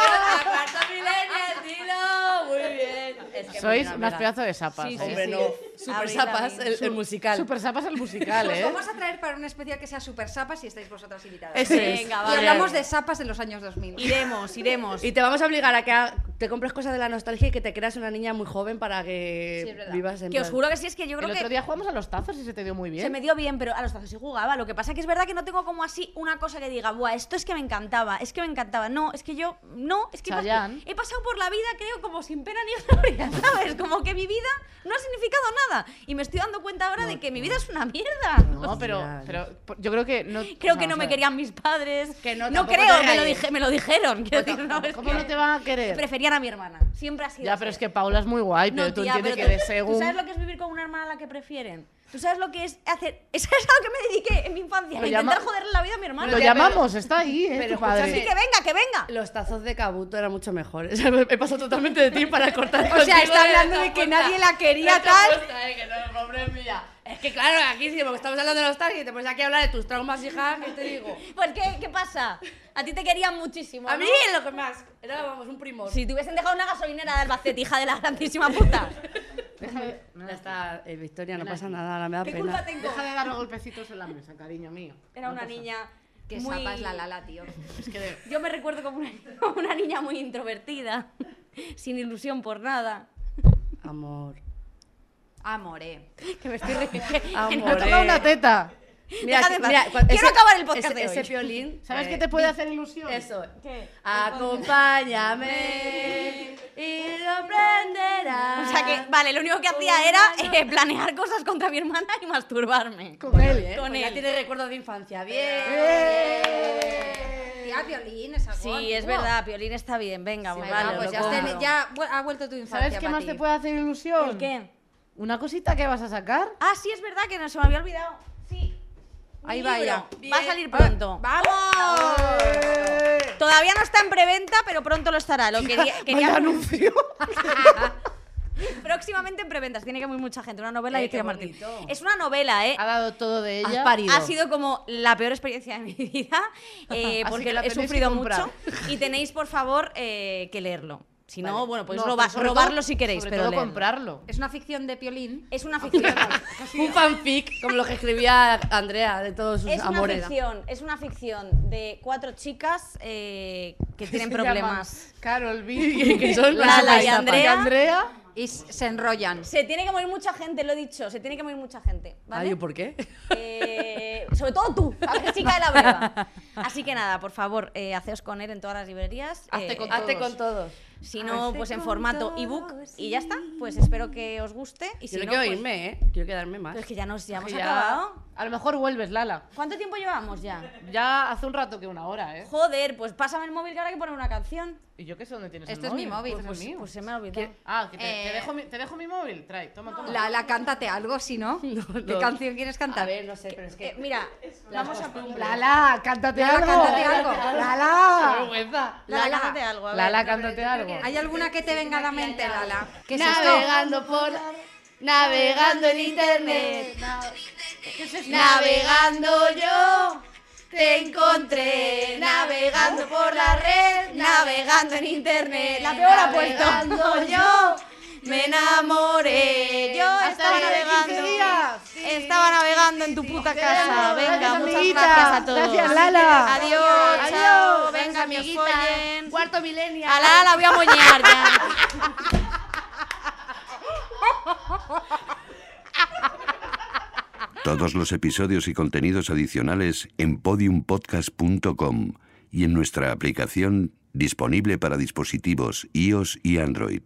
Muy bien. Es que Sois mira, unas mira. pedazos de sapas. Sí, sí, ¿eh? Hombre, no. Super Abril Sapas, Lavigne. el, el musical. Pues Super sapas el musical, Os ¿eh? vamos a traer para un especial que sea super sapas si estáis vosotras invitadas. Eso es. Venga, Y vale. hablamos de sapas en los años 2000. Iremos, iremos. Y te vamos a obligar a que ha- te compres cosas de la nostalgia y que te creas una niña muy joven para que Sí, es verdad. vivas en que os plan- juro que sí, es que yo creo El que otro día jugamos a los tazos y se te dio muy bien. se me dio bien, pero a los tazos sí jugaba. Lo que pasa que es verdad que no tengo como así una cosa que diga, buah, esto es que me encantaba, es que me encantaba. No, es que yo, no, es que he pas- Chayanne. he pasado por la vida, creo, como sin pena ni gloria, ¿sabes? Como que mi vida no ha significado nada. Y me estoy dando cuenta ahora de que mi vida es una mierda. No, pero, Hostia. pero por- yo creo que no. Creo o que sea, no me o sea, querían mis padres. Que no, no tampoco creo, te me lo, rayes. dije, me lo dijeron. Quiero decir, no, es Pues ¿Cómo que no te van a querer? preferían a mi hermana. Siempre ha sido Ya, así. pero es que Paula es muy guay, pero No, tú tía, entiendes pero que de tú- según. ¿Tú sabes lo que es vivir con una hermana a la que prefieren? ¿Tú sabes lo que es hacer...? Eso es a lo que me dediqué en mi infancia, Lo a intentar llama- joderle la vida a mi hermana. Lo ya, pero- llamamos, está ahí, ¿eh? pero tu padre. Sí, que venga, que venga. Los tazos de Kabuto eran mucho mejores. He pasado totalmente de ti para cortar O sea, está hablando de que nadie la quería tal. que no, pobre mía. Es que claro, aquí sí, porque estamos hablando de nostalgia y te pones aquí a hablar de tus traumas, hija, ¿qué te digo? Pues, ¿qué, qué pasa? A ti te querían muchísimo, A ¿no? mí lo que más. Era, vamos, un primo. Si te hubiesen dejado una gasolinera de Albacete, hija de la grandísima puta. Ya está, eh, Victoria, no pasa nada, ahora me da ¿Qué pena. culpa tengo? Deja de dar golpecitos en la mesa, cariño mío. Era una niña Que muy... sapas la lala, tío. Es que de- Yo me recuerdo como una, como una niña muy introvertida, sin ilusión por nada. Amor. Ah, Amore. Que me estoy riendo. Me ha tocado una teta. Deja de que- paz. cuando- Quiero acabar el podcast ese, de hoy. ese violín. ¿Sabes eh, qué te puede hacer ilusión? Eso. ¿Qué? Acompáñame y lo O prenderás. sea Ah. que, vale, lo único que hacía era eh, planear cosas contra mi hermana y masturbarme. Con él, ¿eh? Con Con él. él. pues Ya tiene recuerdos de infancia. Bien. ah, Tía, violín, esa Sí, es verdad, Piolín está bien, venga, pues vale, pues lo ya, has compro. teni- ya vu- ha vuelto tu infancia. ¿Sabes qué pa' más ti. te puede hacer ilusión? ¿El qué? ¿Una cosita que vas a sacar? Ah, sí, es verdad que no se me había olvidado. Sí. Mi Ahí va libro. ella. Va a salir pronto. Ah, ¡Vamos! Todavía no está en preventa, pero pronto lo estará. Lo quería, quería- Vaya anuncio! próximamente en preventas. Tiene que muy mucha gente. Una novela Eh, de Cristina qué Martín. bonito. Es una novela, ¿eh? ha dado todo de Has ella. parido. Ha sido como la peor experiencia de mi vida eh, Así porque que la he tenéis que sufrido comprar. mucho y tenéis por favor eh, que leerlo. Si no, Vale. bueno, podéis No, roba- pero sobre robarlo todo- si queréis, sobre pero todo leerlo. comprarlo. Es una ficción de Piolín. Es una ficción. Un fanfic como lo que escribía Andrea de todos sus es una amores. ficción, es una ficción de cuatro chicas eh, que tienen Se problemas. llama Carol B. que son Lala y las- Andrea. Andrea. Y s- se enrollan. Se tiene que morir mucha gente, lo he dicho, se tiene que morir mucha gente, ¿vale? Ay, ¿por qué? Eh, sobre todo tú, a ver si cae la breva. Así que nada, por favor, eh, haceos con él en todas las librerías. eh, Hazte con todos. Si no, Hace pues en con formato todo ebook así. y ya está. Pues espero que os guste. Y si Yo no no, quiero pues- irme, ¿eh? Quiero quedarme más. Pero es que ya nos ya hemos Ya- acabado. A lo mejor vuelves, Lala. ¿Cuánto tiempo llevamos ya? Ya hace un rato que una hora, ¿eh? Joder, pues pásame el móvil que ahora hay que poner una canción. ¿Y yo qué sé dónde tienes Este el es mi móvil. Pues, Pues- es mío. Pues se me ha olvidado. ¿Qué? Ah, que te, Eh, te dejo mi, te dejo mi móvil. Trae, toma, toma. La, la cántate algo, si no. ¿Qué canción quieres cantar? no sé, pero es Eh, mira, vamos a... Lala, cántate Lala, algo. cántate algo. Lala. Qué vergüenza. Lala, Lala. cántate algo. a ver. Lala, cántate algo. ¿Hay alguna que te venga a la mente, Lala? ¿Qué es esto? Navegando por navegando en internet. Navegando yo te encontré. Navegando por la red, navegando en internet. La peor apuesta. Navegando yo me enamoré. Yo Hasta estaba dentro de 15 navegando. días. Estaba navegando en tu puta casa. Venga, gracias, muchas amiguita. gracias a todos. Gracias, Lala. Adiós, Adiós. chao. Gracias, Venga, amiguita. follen. Cuarto milenio. A Lala la voy a moñar ya. Todos los episodios y contenidos adicionales en podiumpodcast.com y en nuestra aplicación disponible para dispositivos iOS y Android.